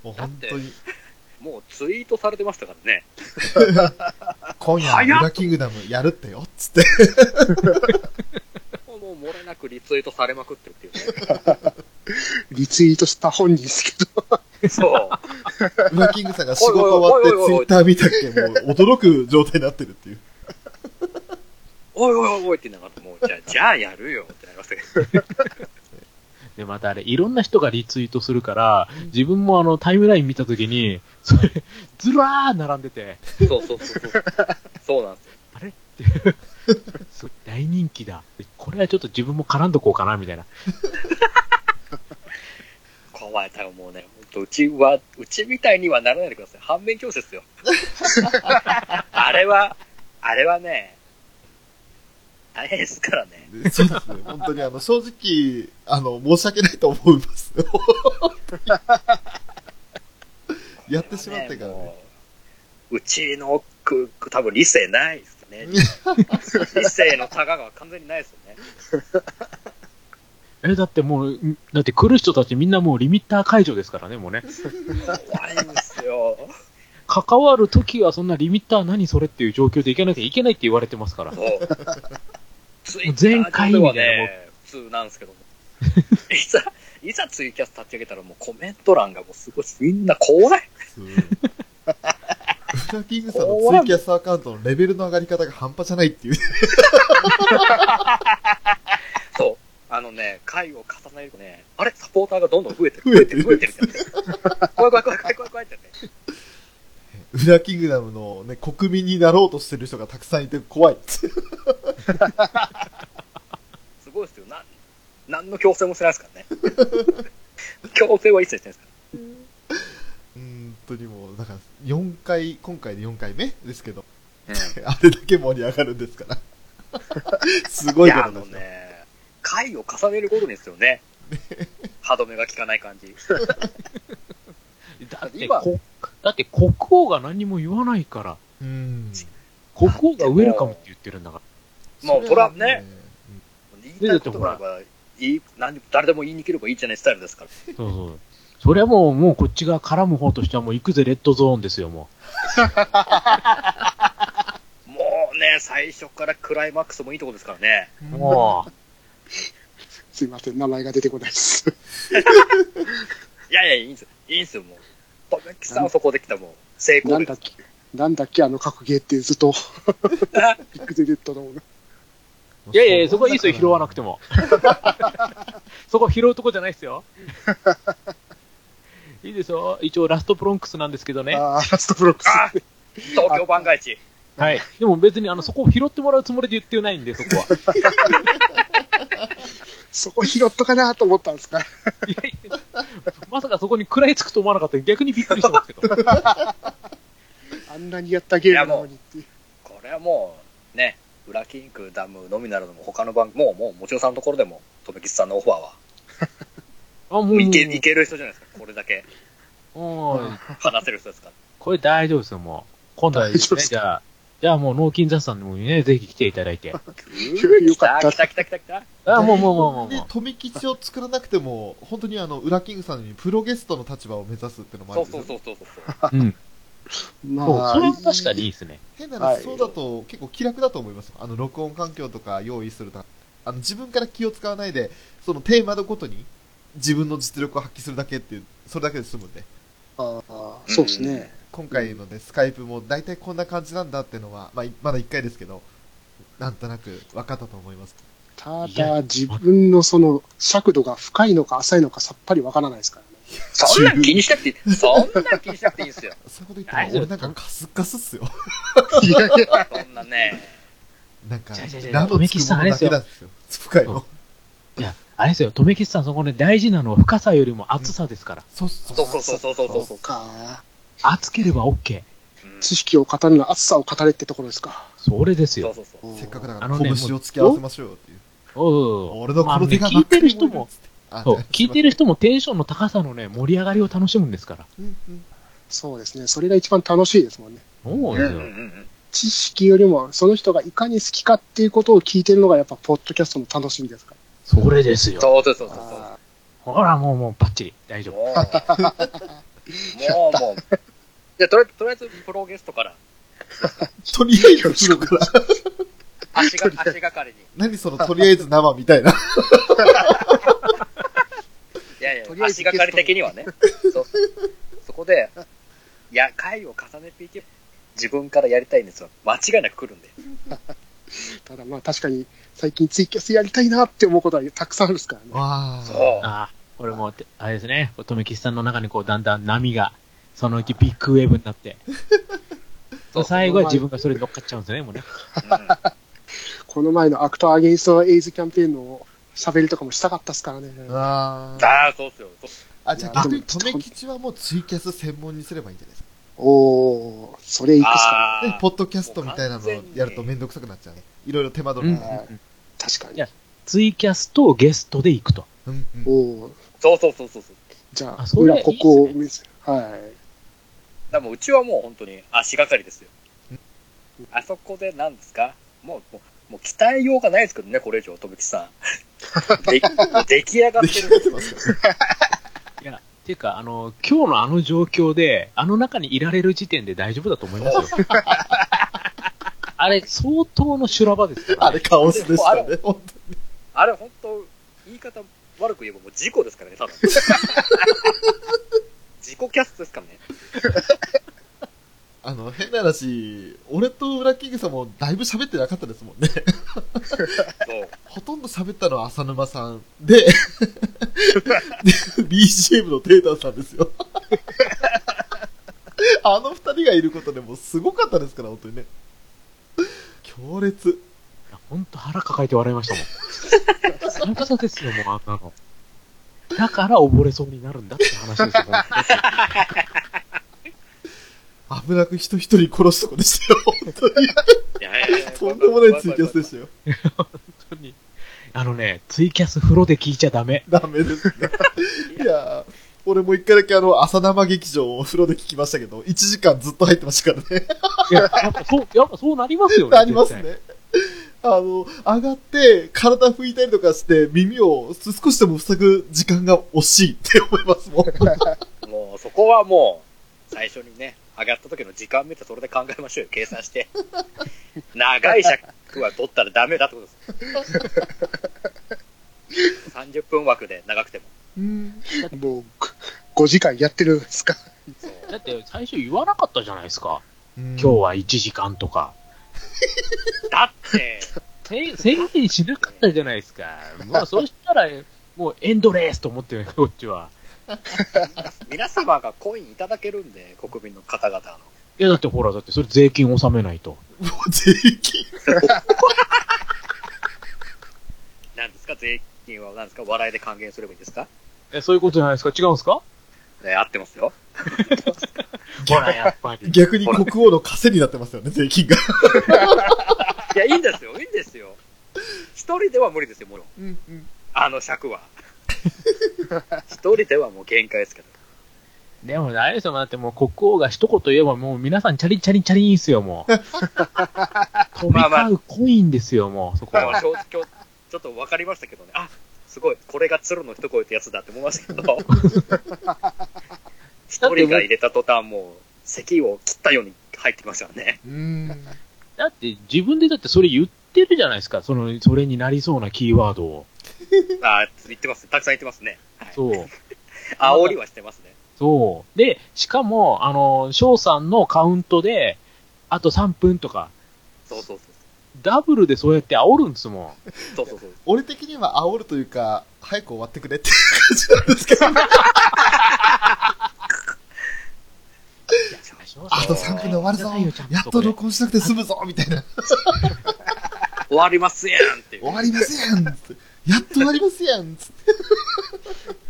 もう本当に、もうツイートされてましたからね。今夜の裏キングダムやるってよ、つって。もう漏れなくリツイートされまくってるっていうリツイートした本人ですけど、ね。そう。裏キングさんが仕事終わってツイッター見たっけ、 もう驚く状態になってるっていう。おいおいおいおいって言いながら、もう、じゃあ、じゃあやるよってなりましたけど。で、またあれ、いろんな人がリツイートするから、自分もあの、タイムライン見た時に、それ、ずらー並んでて、そうそうそうそう。そうなんですよ。あれって。すごい大人気だ。これはちょっと自分も絡んどこうかな、みたいな。怖い。多分もうね、ほんとうちは、うちみたいにはならないでください。反面教師ですよ。 あれは、あれはね、大変ですからね。で そうですね。本当にあの、正直、あの、申し訳ないと思います。 やってしまってからねもううちのく、多分理性ないですね。理性の差が完全にないですよね。え、だってもう、んだって来る人たちみんなもうリミッター解除ですからね、もうね。怖いんですよ。関わる時はそんなリミッター何それっていう状況でいけなきゃいけないって言われてますから。そう。ツイッタ全ー会で員みはたいなもんね、普通なんですけども。いざ、いざツイキャス立ち上げたらもうコメント欄がもうすごい、みんな怖い。そう フラキングさんのツイキャスアカウントのレベルの上がり方が半端じゃないっていう。そう。あのね、回を重ねるとね、あれサポーターがどんどん増えてる、増えてる、増えてるってなって。怖い怖い怖い怖い怖い怖いってなって。フラキングダムのね、国民になろうとしてる人がたくさんいて怖いっていう。すごいですよ。なん、なんの強制もしてないですからね。強制は一切してないですかうん本当にもう、だから、4回、今回で4回目ですけど、ら。うんあれだけ盛り上がるんですから。すごいいこや、あとでのすよ。ね、回を重ねることですよね。歯止めが効かない感じ。だって今こ、だって国王が何も言わないから、うん。国王がウェルカムって言ってるんだから。まあ、それはね、。言いたいだってこほとらが言い何誰でも言いにければいいじゃないスタイルですから。そうそう。それはもう、もうこっちが絡む方としてはもう行くぜ、レッドゾーンですよ、ももうね、最初からクライマックスもいいとこですからね。う。もう、すいません、名前が出てこないです。いやいや、いいんですよ。いいんですよ、もう。バカキさんはそこできた、もう。な成功んでだっす。け、なんだっけ、あの格ゲーってずっと、ビッグデデッドの。いやいやいや、そこはいいですよ、拾わなくて。も。そこ拾うとこじゃないですよ。 いいですよ。一応、ラストブロンクスなんですけどね。ああ、ラストブロックス。あ東京番外地。はい。でも別に、あの、そこを拾ってもらうつもりで言ってないんで、そこは。そこ拾っとかなと思ったんですか。いやいやまさかそこに食らいつくと思わなかったんで逆にびっくりしてますけど。あんなにやったゲームなのにっていう。これはもう、ね、裏キングダムのみならずも、他の番組、もう、もう、もちろさんのところでも、とめきさんのオファーは、あ、もう、もういけ、もういける人じゃないですか。これだけうん話せる人ですから。これ大丈夫ですよ、もう。今度は、ね、大丈夫ですじゃあ、じゃあもう、脳筋雑さんでもね、ぜひ来ていただいて。よかった来た来た来た来た。あ、もうもうもうもうでも、富吉を作らなくても、本当にあの、裏キングさんにプロゲストの立場を目指すってのもあるそうんですそようそうそうそう。う。うん。まそう あ、それは確かにいいですね。変なはい話、そうだと結構気楽だと思いますよ。あの、録音環境とか用意するとあの、自分から気を使わないで、そのテーマごとに自分の実力を発揮するだけっていう、それだけで済むんで。ああそうですね。今回のね、スカイプも大体こんな感じなんだってのは、まあ、いまだ1回ですけど、なんとなく分かったと思います。たいやだ、自分のその尺度が深いのか浅いのかさっぱりわからないですからね。そんなん気にしなくていい。そんなん気にしなくていいんですよ。そういうこと言ったら、大丈夫俺なんかカスカスっすよ。いやいや、そんなね。なんか違う違う違、うラブつくものだけなんですよ。深いの。いや、あれですよ、とめきさん、そこね、大事なのは深さよりも厚さですから。そうそうそうそうそうそうそうそう。か。厚ければ OK。うん知識を語るの、熱さを語れってところですか。それですそうよ。そうそう。せっかくだあかのら、ね拳を突き合わせましょうよっていう。おうおう俺のこの手がまあね聞いてる人も、あそう、聞いてる。る人もテンションの高さのね、盛り上がりを楽しむんですから。うんうんそうですね。それが一番楽しいですもんね。そううでんうすんうよ。ん知識よりも、その人がいかに好きかっていうことを聞いてるのが、やっぱ、ポッドキャストの楽しみですかそれですよ。そうそうそうら。そうそう。あほら、もうもう、バッチリ。大丈夫。もう、もう、もう。じゃあ、とりあえず、とりあえず、プロゲストから、とりあえず、後ろから。足 が、足がかりに。何その、とりあえず生みたいな。いやいやと、りあえず足がかり的にはね。そうそこで、いや、回を重ねていけば、自分からやりたいんですよ。間違いなく来るんで。ーただ、まあ、確かに、最近ツイキャスやりたいなって思うことはたくさんあるですからね。わそうー。。ああ、これもう、あれですね、とめきさんの中にこう、だんだん波が、そのうちビッグウェーブにな って。そう最後は自分がそれに乗っかっちゃうんですね、もうね。うんこの前のアクトアゲインストエイズキャンペーンの喋りとかもしたかったですからね。あーああ、そうっすよ。そうあ、じゃあ逆に、とめきちはもうツイキャス専門にすればいいんじゃないですか。おー、それいくしかあであ、ポッドキャストみたいなのをやるとめんどくさくなっちゃうね。いろいろ手間取るかない。ら。はい確かいにや。ツイキャスとゲストで行くと。うんうん。おー、そうそうそうそうそう。じゃああ、それい裏いっすねここを見せ、はい。でもうちはもう本当に足がかりですようん。あそこで何ですかもう、もう、もう期待ようがないですけどね、これ以上、富木さん。 でもう出来上がっ出来上てる。がってますからねいや、ていうか、あの、今日のあの状況で、あの中にいられる時点で大丈夫だと思います よ。あれ、相当の修羅場ですから、あれ、カオスでしたね。本あれ本当、言い方悪く言えばもう事故ですから ね、ただ。自己キャストですからね。当にあの、変な話、俺とウラキングさんもだいぶ喋ってなかったですもんね。そう。ほとんど喋ったのは浅沼さんで、 で BGM のテータンさんですよ。あの二人がいることでもうすごかったですから、本当にね。強烈。いやほんと腹抱えて笑いましたもん。久々ですよ、もう、あんなの。だから溺れそうになるんだって話ですよ、本当に危なく人一人殺すとこでしたよ、本当に。いやいやいやとんでもないツイキャスでしたよ。本当に。あのね、ツイキャス風呂で聞いちゃダメ。ダメですね。いやー俺も一回だけあの、朝生劇場を風呂で聞きましたけど、1時間ずっと入ってましたからね。いや、やっぱそう、やっぱそうなりますよね。あります絶対。ね。あの、上がって、体拭いたりとかして、耳を少しでも塞ぐ時間が惜しいって思いますもん。もう、そこはもう、最初にね、上がった時の時間見て、それで考えましょうよ。計 算して。長い尺は取ったらダメだってこと です。30分枠で長くても。うん。もう、5時間やってるんですか。そうだって最初言わなかったじゃないですか。今今日は1時間とか。だって、せ宣言しなかったじゃないですか。もうそしたら、もうエンドレスと思ってるよこっちは。皆様がコインいただけるんで、国民の方々の。いや、だってほら、だってそれ税金納めないと。もう税金。なんですか税金は何ですか笑いで還元すればいいんですかえ、そういうことじゃないですか違うんですかね、合ってますよ。ほら、やっぱり。逆に国王の枷になってますよね、税金が。いや、いいんですよ、いいんですよ。一人では無理ですよ、もう。うんうん。あの尺は。一人ではもう限界ですけど。でも、あれですよ、だってもう国王が一言言えばもう皆さんチャリンチャリンチャリンですよ、もう。飛び交うコインですよ、もう、そこまあまあは。正直、今日ちょっと分かりましたけどね。あ、すごい、これが鶴の一声ってやつだって思いました けど。一人が入れた途端、もう、咳を切ったように入ってきましたからね。うん。だって自分でだってそれ言ってるじゃないですか、その、それになりそうなキーワードを。あ、言ってます。たくさん言ってますね。そう。煽りはしてますね。そう。で、しかも、あの、翔さんのカウントで、あと3分とか、そうそうそう。ダブルでそうやって煽るんですもそうそうそう。俺的には煽るというか、早く終わってくれっていう感じなんですけど、ん。あと3分で終わるぞやらないよちゃんとやっと録音しなくて済むぞみたいな。終わりますやんっていう。 終わりますやんつってやっと終わりますやんつって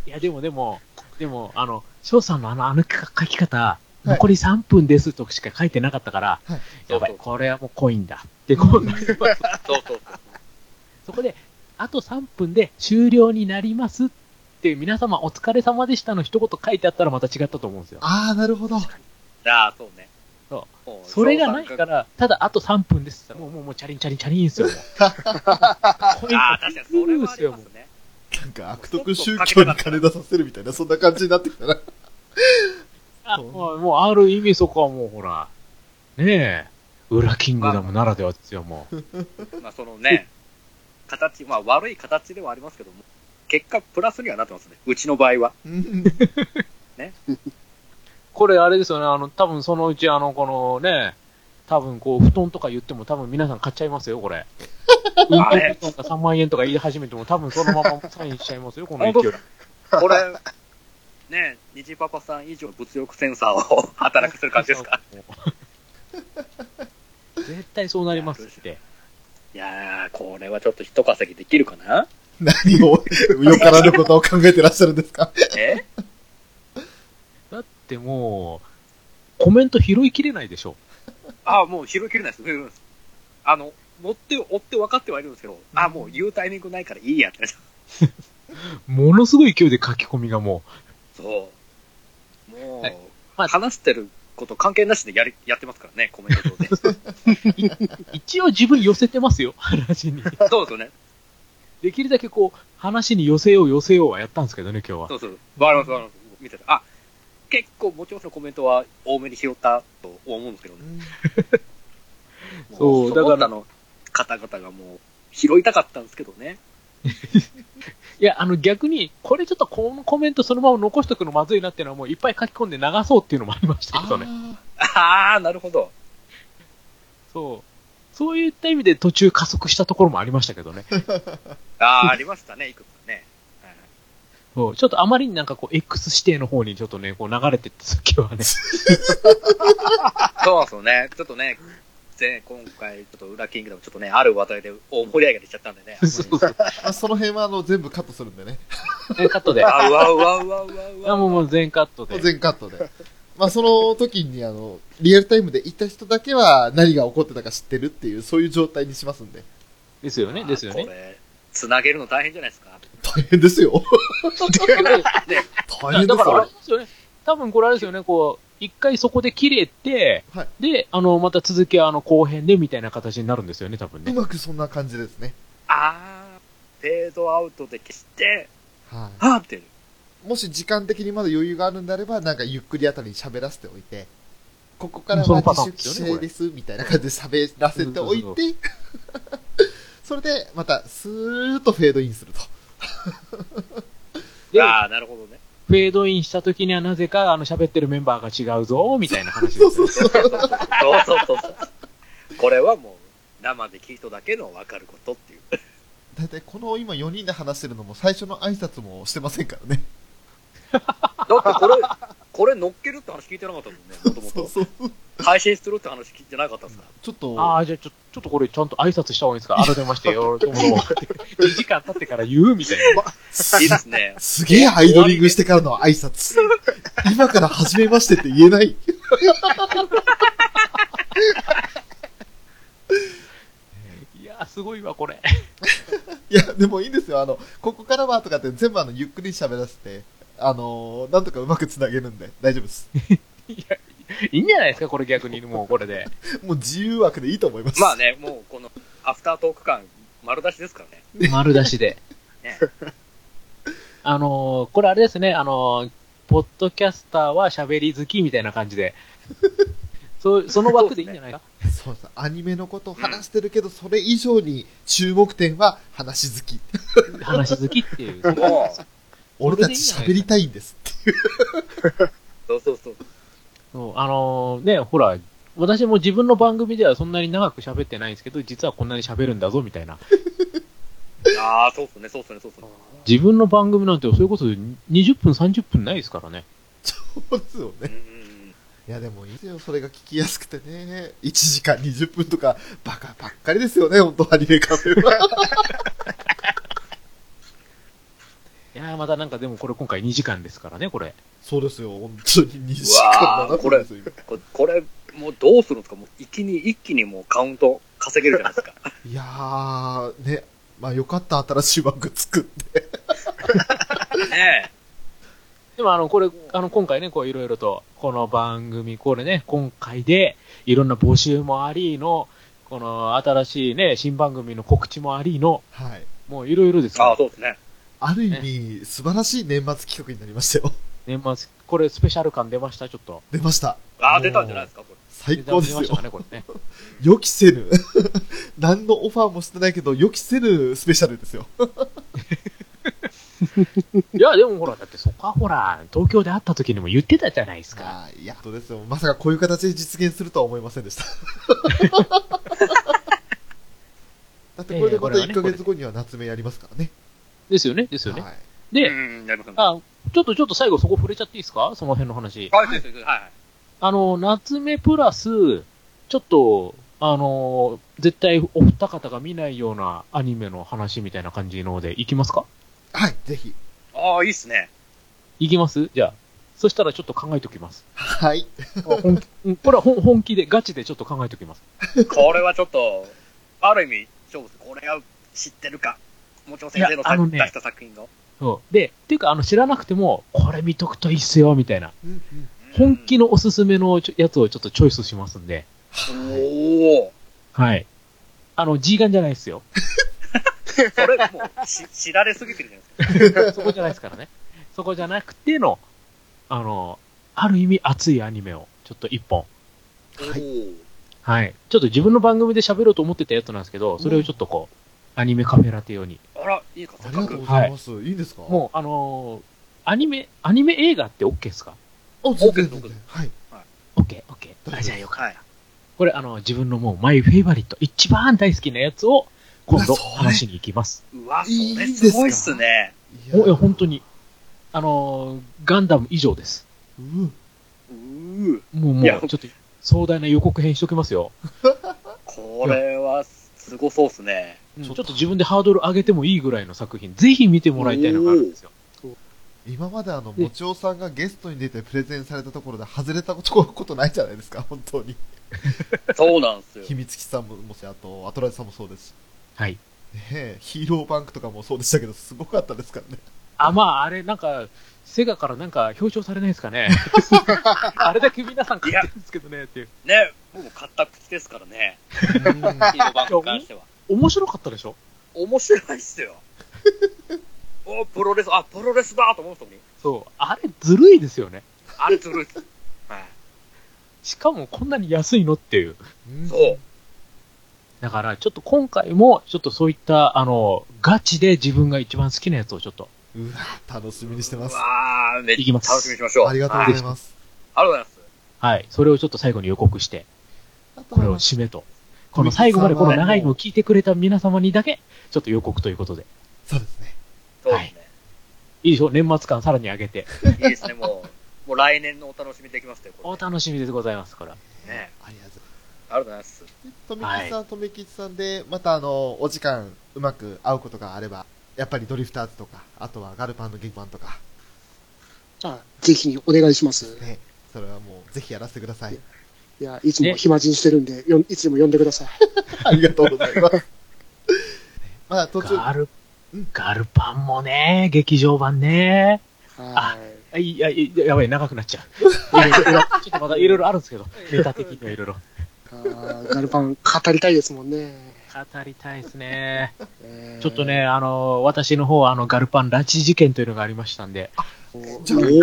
いや、でもでも、でも、あの、翔さんのあの、あの書き方、い残り3分ですとしか書いてなかったから、はいやばいそう、そこれはもうコインだ。で、こんな、 そうそうそう。そこで、あと3分で終了になりますって、皆様お疲れ様でしたの一言書いてあったらまた違ったと思うんですよ。ああ、なるほど。ああ、そうね。。そうもうそれがないか翔さんら、ただあと3分ですって言ったらもう、もう、もう、チャリンチャリンチャリン ですよ。もうコインああ、確かにそれはありますね。なんか悪徳宗教に金出させるみたいな、そんな感じになってきた な。あもう、もうある意味そこはもうほら、ねえ、裏キングダムならではですよ、もう。まあ、そのね、形、まあ、悪い形ではありますけども、結果、プラスにはなってますね。うちの場 合は。うんこれあれですよね、あの、多分そのうちあの、このね、多分こう、布団とか言っても多分皆さん買っちゃいますよ、これ。うんこあれ布団が3万円とか言い始めても多分そのままサインしちゃいますよ、こ の勢い。これ、 ね、虹パパさん以上の物欲センサーを働かせる感じですか。 絶対そうなりますって。 いやー、これはちょっと一稼ぎできるかな何を、よからぬことを考えてらっしゃるんですかえだってもう、コメント拾いきれないでしょ。ああ、もう拾いきれないです。拾いきれないですあの、持って、追って分かってはいるんですけど、ああ、もう言うタイミングないからいいやってなっ ちゃものすごい勢いで書き込みがもうそう。もう、はいまあ話してること関係なしでやり、やってますからね、コメント上 で。う、一応自分寄せてますよ、 話に。そうですよね。できるだけこう、話に寄せよう寄せようはやったんですけどね、今日は。そうそう。わかります、わかります。見てた。あ、結構、もちろんそのコメントは多めに拾ったと思うんですけどね。そう もだからその他の方々がもう、拾いたかったんですけどね。 いや、あの逆に、これちょっとこのコメントそのまま残しとくのまずいなっていうのはもういっぱい書き込んで流そうっていうのもありましたけどね。ああー、なるほど。そう。そういった意味で途中加速したところもありましたけどね。あ ー、ありましたね、いくつかね。はいそうちょっとあまりになんかこう X 指定の方にちょっとね、こう流れてって時はね。そうそうね。ちょっとね、前今回、ちょっと裏キングダム、ちょっとね、ある話題で大盛り上げてしちゃったんでね。 そうそう。ーあその辺はあの全部カットするんでね。全カットで。ああうわうわうわうわうわ。もうもう全カットで。全カットで。まあその時にあの、リアルタイムで行った人だけは何が起こってたか知ってるっていう、そういう状態にしますんで。ですよね、ですよこね。れ、つなげるの大変じゃないですか。大変ですよ。大変でだすからあれよで。すよね。多分これあれですよね、こう、一回そこで切れて、はいで、あの、また続きはあの後編でみたいな形になるんですよね、多分 うね。まくそんな感じですね。あー、フェードアウトで消して、ははーって。い。もし時間的にまだ余裕があるんであれば、なんかゆっくりあたりに喋らせておいて、ここからそはのパターンで自主すよね規制です、みたいな感じで喋らせておいうんて、 それでまたスーッとフェードインすると。で、あー、なるほどね。フェードインした時にはなぜか、あの、喋ってるメンバーが違うぞ、みたいな話ですそようねそうそう。そうそうそうそう。これはもう、生で聞いただけの分かることっていう。 だいたいこの今4人で話してるのも最初の挨拶もしてませんからね。だってこれ、これ乗っけるって話聞いてなかったもんね、もともそうと。そう。配信するって話聞いてなかったんですかちょっと、ああ、じゃあちょ、ちょっとこれちゃんと挨拶した方がいいですか改めまして よ、どうも。2時間経ってから言うみたいな。いいですね。すげえアイドリングしてからの挨 拶。今から始めましてって言えない。いやー、すごいわ、これ。いや、でもいいんですよ。あの、ここからはとかって全部あの、ゆっくり喋らせて、あのーなんとかうまくつなげるんで、大丈夫 です。いいんじゃないですか、これ逆に、もうこれで。もう自由枠でいいと思います。まあね、もうこの、アフタートーク感、丸出しですからね。丸出しで。ねあのーこれあれですね、あのーポッドキャスターは喋り好きみたいな感じで。そう、その枠でいいんじゃないか、そうそう、アニメのことを話してるけど、それ以上に注目点は話好き。話好きっていう。もう、俺たち喋りたいんですって。そうそうそう。そうあのーね、ほら、私も自分の番組ではそんなに長く喋ってないんですけど、実はこんなに喋るんだぞ、みたいな。ああ、そうっすね、そうっすね、そうっすね。自分の番組なんて、それこそ20分、30分ないですからね。 そうですようね。ん。いや、でもいいですよ。それが聞きやすくてね。1時間20分とか、バカばっかりですよね、本当アニメカフェは。いやーまたなんかでもこれ今回2時間ですからね、これ。 そうですよ、本当に2時間うわー7分ですよ、今ここれ、もうどうするんですかもう一気に、一気にもうカウント稼げるじゃないですか。いやー、ね、まあよかった、新しいバッグ作って。ねでもあの、これ、あの、今回ね、こういろいろと、この番組、これね、今回で、いろんな募集もありの、この新しいね、新番組の告知もありの、はい。もういろいろですえ。かああ、ら、そうですね。ある意味、素晴らしい年末企画になりましたよ。 年末、これスペシャル感出ました、ちょっと。出ました。ああ、出たんじゃないですか、これ。最高です出よまし。たかね、これね。 予期せぬ。 何のオファーもしてないけど、予期せぬスペシャルですよ。いや、でもほら、だってそこはほら、東京で会った時にも言ってたじゃないですか。あーいや、本当ですよ。まさかこういう形で実現するとは思いません でした。だってこれでまたいやい1やこれはねヶ月後には夏目やりますからね。ですよね、ですよね。はい。で、うん、やりません。あ、ちょっとちょっと最後そこ触れちゃっていいですかその辺の話。はい、そうです、そうですはいはい。あの、夏目プラス、ちょっと、あの、絶対お二方が見ないようなアニメの話みたいな感じので、いきますかはい、ぜひ。ああ、いいっすね。いきますじゃあ。そしたらちょっと考えておきます。はい。本気うんこれは本本気で、ガチでちょっと考えておきます。これはちょっと、ある意味、勝負です。これは知ってるか。もちろん先生のいやあのね出した作品の。そう。で、っていうか、あの、知らなくても、これ見とくといいっすよ、みたいな。うん本気のおすすめのちょやつをちょっとチョイスしますんで。うんはいおお。はい。あの、G ガンじゃないっすよ。それもうし、 知られすぎてるじゃないです か。そこじゃないですからね。そこじゃなくての、あの、ある意味熱いアニメを、ちょっと一本。はいおはい。ちょっと自分の番組で喋ろうと思ってたやつなんですけど、それをちょっとこう、アニメカフェラテ用に。お。あら、いいか、あせっりかがとうくご。ざいます。い、いんですかもう、あのーアニメ、アニメ映画って OK ですかう、あ、全然全然はい。 ?OK、OK。大丈夫あじゃあよかった。はい。これ、あの、自分のもう、マイフェイバリット、一番大好きなやつを、今う度わそれ話しに行きます。うわ、そいいんれですかすごいっすね。いおいや、本当に。あのーガンダム以上です。うんうー。もう、もう、いちょやっと、壮大な予告編しときますよ。これは、すごそうっすね。うんちちょょっっとと自分でハードル上げてもいいぐらいの作品、ぜひ見てもらいたいのがあるんですよ。今まであの、ねもちおさんがゲストに出てプレゼンされたところで外れたことことないじゃないですか、本当に。そうなんですよ。秘密基地さんも、もし、あと、アトラジさんもそうですし。はい。えヒーローバンクとかもそうでしたけど、すごかったですからね。あ、まあ、あれ、なんか、セガからなんか表彰されないですかね。あれだけ皆さん買ってるんですけどね、っていう。ね、僕も買った口ですからね。ヒーローバンクに関しては。面白かったでしょ面白いっすよ。おプロレス、あ、プロレスだと思う人に。そう。あれずるいですよね。あれずるいっす。はい。しかもこんなに安いのっていう。そう。だから、ちょっと今回も、ちょっとそういった、あの、ガチで自分が一番好きなやつをちょっと。うん。うわ、楽しみにしてますう。わー、めっいきちゃます楽しみにしましょう。ありがとうございます。はいありがとうございます。はい。それをちょっと最後に予告して、あとこれはを締めと。この最後までこの長いのを聞いてくれた皆様にだけ、ちょっと予告ということで。そうですね。そうですね。いいでしょ年末感さらに上げて。い、いですね、もう。もう来年のお楽しみできますよ、おこれ、楽しみでございます、これは。ね。ありがとうございます。ありがとうございます。とめきちさんとめきちさんで、またあの、お時間うまく合うことがあれば、やっぱりドリフターズとか、あとはガルパンの劇版とか、あぜひお願いします。ね、それはもうぜひやらせてください。いや、いつもね暇人してるんで、よいつでも呼んでください。 ありがとうございます。 ねまだ途中、ガル、ガルパンもね、劇場版ね。はあいや、いややばい、長くなっちゃ う。いろいろいろいろちょっとまだいろいろあるんですけど、ネタ的にはいろいろ。い。あーガルパン語りたいですもんね。語りたいですね。えーちょっとね、あの、私の方、あの、ガルパン拉致事件というのがありましたんで、おじゃあなんか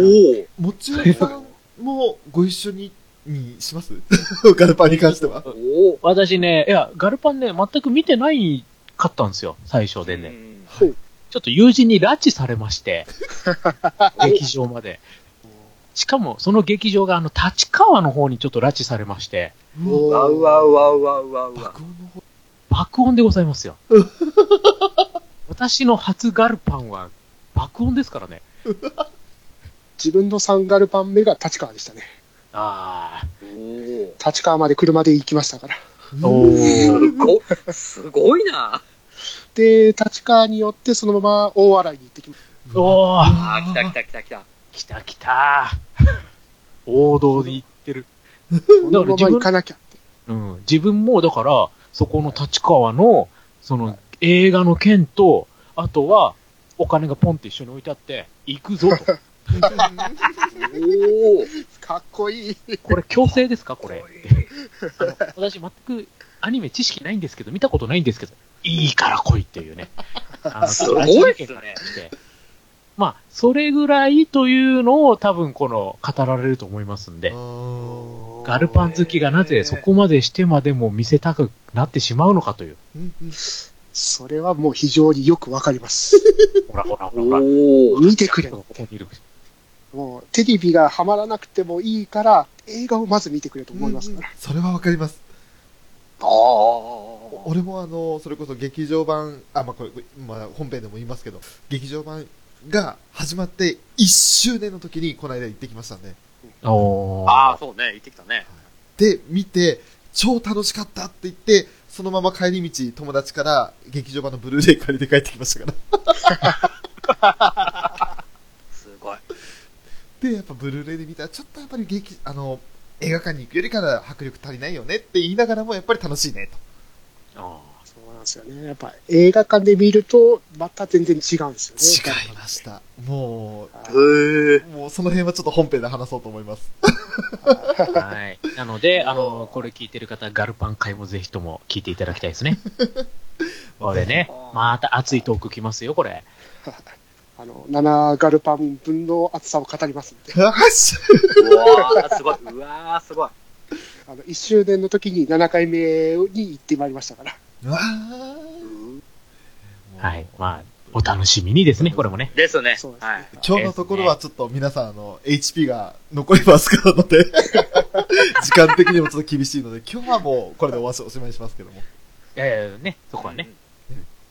もちおさんもご一緒に、にします ガルパンに関しては。おおお私ね、いや、ガルパンね、全く見てないかったんですよ、最初でね。うんちょっと友人に拉致されま して、劇場まで。しかも、その劇場が、あの、立川の方にちょっと拉致されまして、うおわわうわうわうわうわうわ。爆音の方爆音でござい ますよ。私の初ガルパンは、爆音ですからね。自分のサンガルパン目が立川でしたね。ああ。おお立川まで車で行きましたから。おーすご、すごいな。で、立川によってそのまま大洗に行ってきましおーあー、来た来た来た来た。来た来た王道で行って る。た。こだのからまま自分行かなきゃって。うん。自分も、だから、そこの立川の、その、映画の件と、あとは、お金がポンって一緒に置いてあって、行くぞと。おおかっこいい。これ強制ですかこ れ。あの私全くアニメ知識ないんですけど、見たことないんですけど、いいから来いっていう ね。あのすごいっすねラジオ局から来てまあ、それぐらいというのを多分この語られると思いますんで、おーガルパン好きがなぜそこまでしてまでも見せたくなってしまうのかという。うんうんそれはもう非常によくわかります。ほらほらほらほら。お見てくれこと。こにいるもうテレビがハマらなくてもいいから、映画をまず見てくれと思いますから。それはわかります。おああ。俺もあの、それこそ劇場版、あ、まあ、これ、まあ、本編でも言いますけど、劇場版が始まって1周年の時に、この間行ってきましたんで。おーああ、そうね、行ってきたね。で、見て、超楽しかったって言って、そのまま帰り道、友達から劇場版のブルーレイ借りて帰ってきましたから。すごい。で、やっぱブルーレイで見たら、ちょっとやっぱり劇、あの、映画館に行くよりから迫力足りないよねって言いながらも、やっぱり楽しいね、と。あそうなんですよね。やっぱ映画館で見ると、また全然違うんですよね。違いました。もへえ。う、もうその辺はちょっと本編で話そうと思います。ー。はい。なので、あの、これ聞いてる方、ガルパン会もぜひとも聞いていただきたいです ね。これね、また熱いトーク来ますよ、これ。 あの、7ガルパン分の厚さを語りますんで。よしうわあ、すごい。うわあ、すごい。あの、1周年の時に7回目に行ってまいりましたから。わーはい。まあ、お楽しみにですね、これもね。ですねそう。ですねはい。今日のところはちょっと皆さん、あの、HP が残りますからので、時間的にもちょっと厳しいので、今日はもうこれでおわしおしまいしますけども。ええね、そこはね、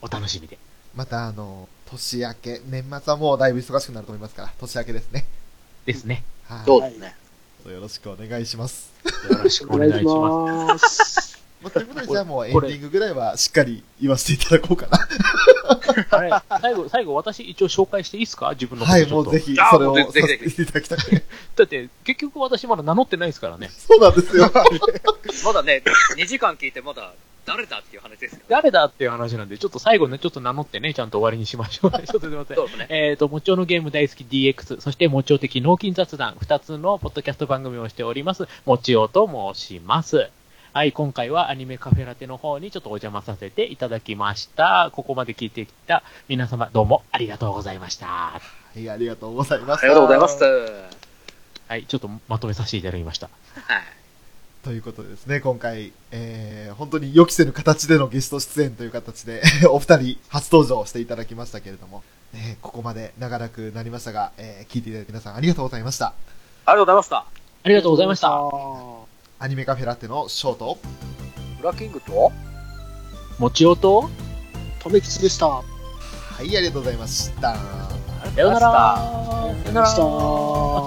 お楽しみで。また、あの、年明け、年末はもうだいぶ忙しくなると思いますから、年明けですね。ですね。はそうですね。い。よろしくお願いします。よろしくお願いします。ます。まあ、ということで、これじゃあもうエンデこれィングぐらいはしっかり言わせていただこうかな。あれ、最後、最後、私一応紹介していいですか自分のこと はい、ちょもっとうぜひ、あそれをもうぜさひぜひせていただきた くて。だって、結局私まだ名乗ってないですからね。そうなんですよ。まだね、2時間聞いてまだ誰だっていう話ですよね。誰だっていう話なんで、ちょっと最後ね、ちょっと名乗ってね、ちゃんと終わりにしましょうね。ちょっとすいませんそ。うですね。えっ、と、もちおのゲーム大好き DX、そしてもちお的脳筋雑談、二つのポッドキャスト番組をしております、もちおと申します。はい、今回はアニメカフェラテの方にちょっとお邪魔させていただきました。ここまで聞いてきた皆様どうもありがとうございました。はい、ありがとうございまあす。りがとうございます。。はい、ちょっとまとめさせていただきました。はい。ということでですね、今回、えー、本当に予期せぬ形でのゲスト出演という形で、 お二人初登場していただきましたけれども、えー、ここまで長らくなりましたが、えー、聞いていただいた皆さんありがとうございました。ありがとうございました。ありがとうございました。アニメカフェラテのショート、ブラッキングともちおと、とめきちでした。はい、ありがとうございました。さようなら。さよなら。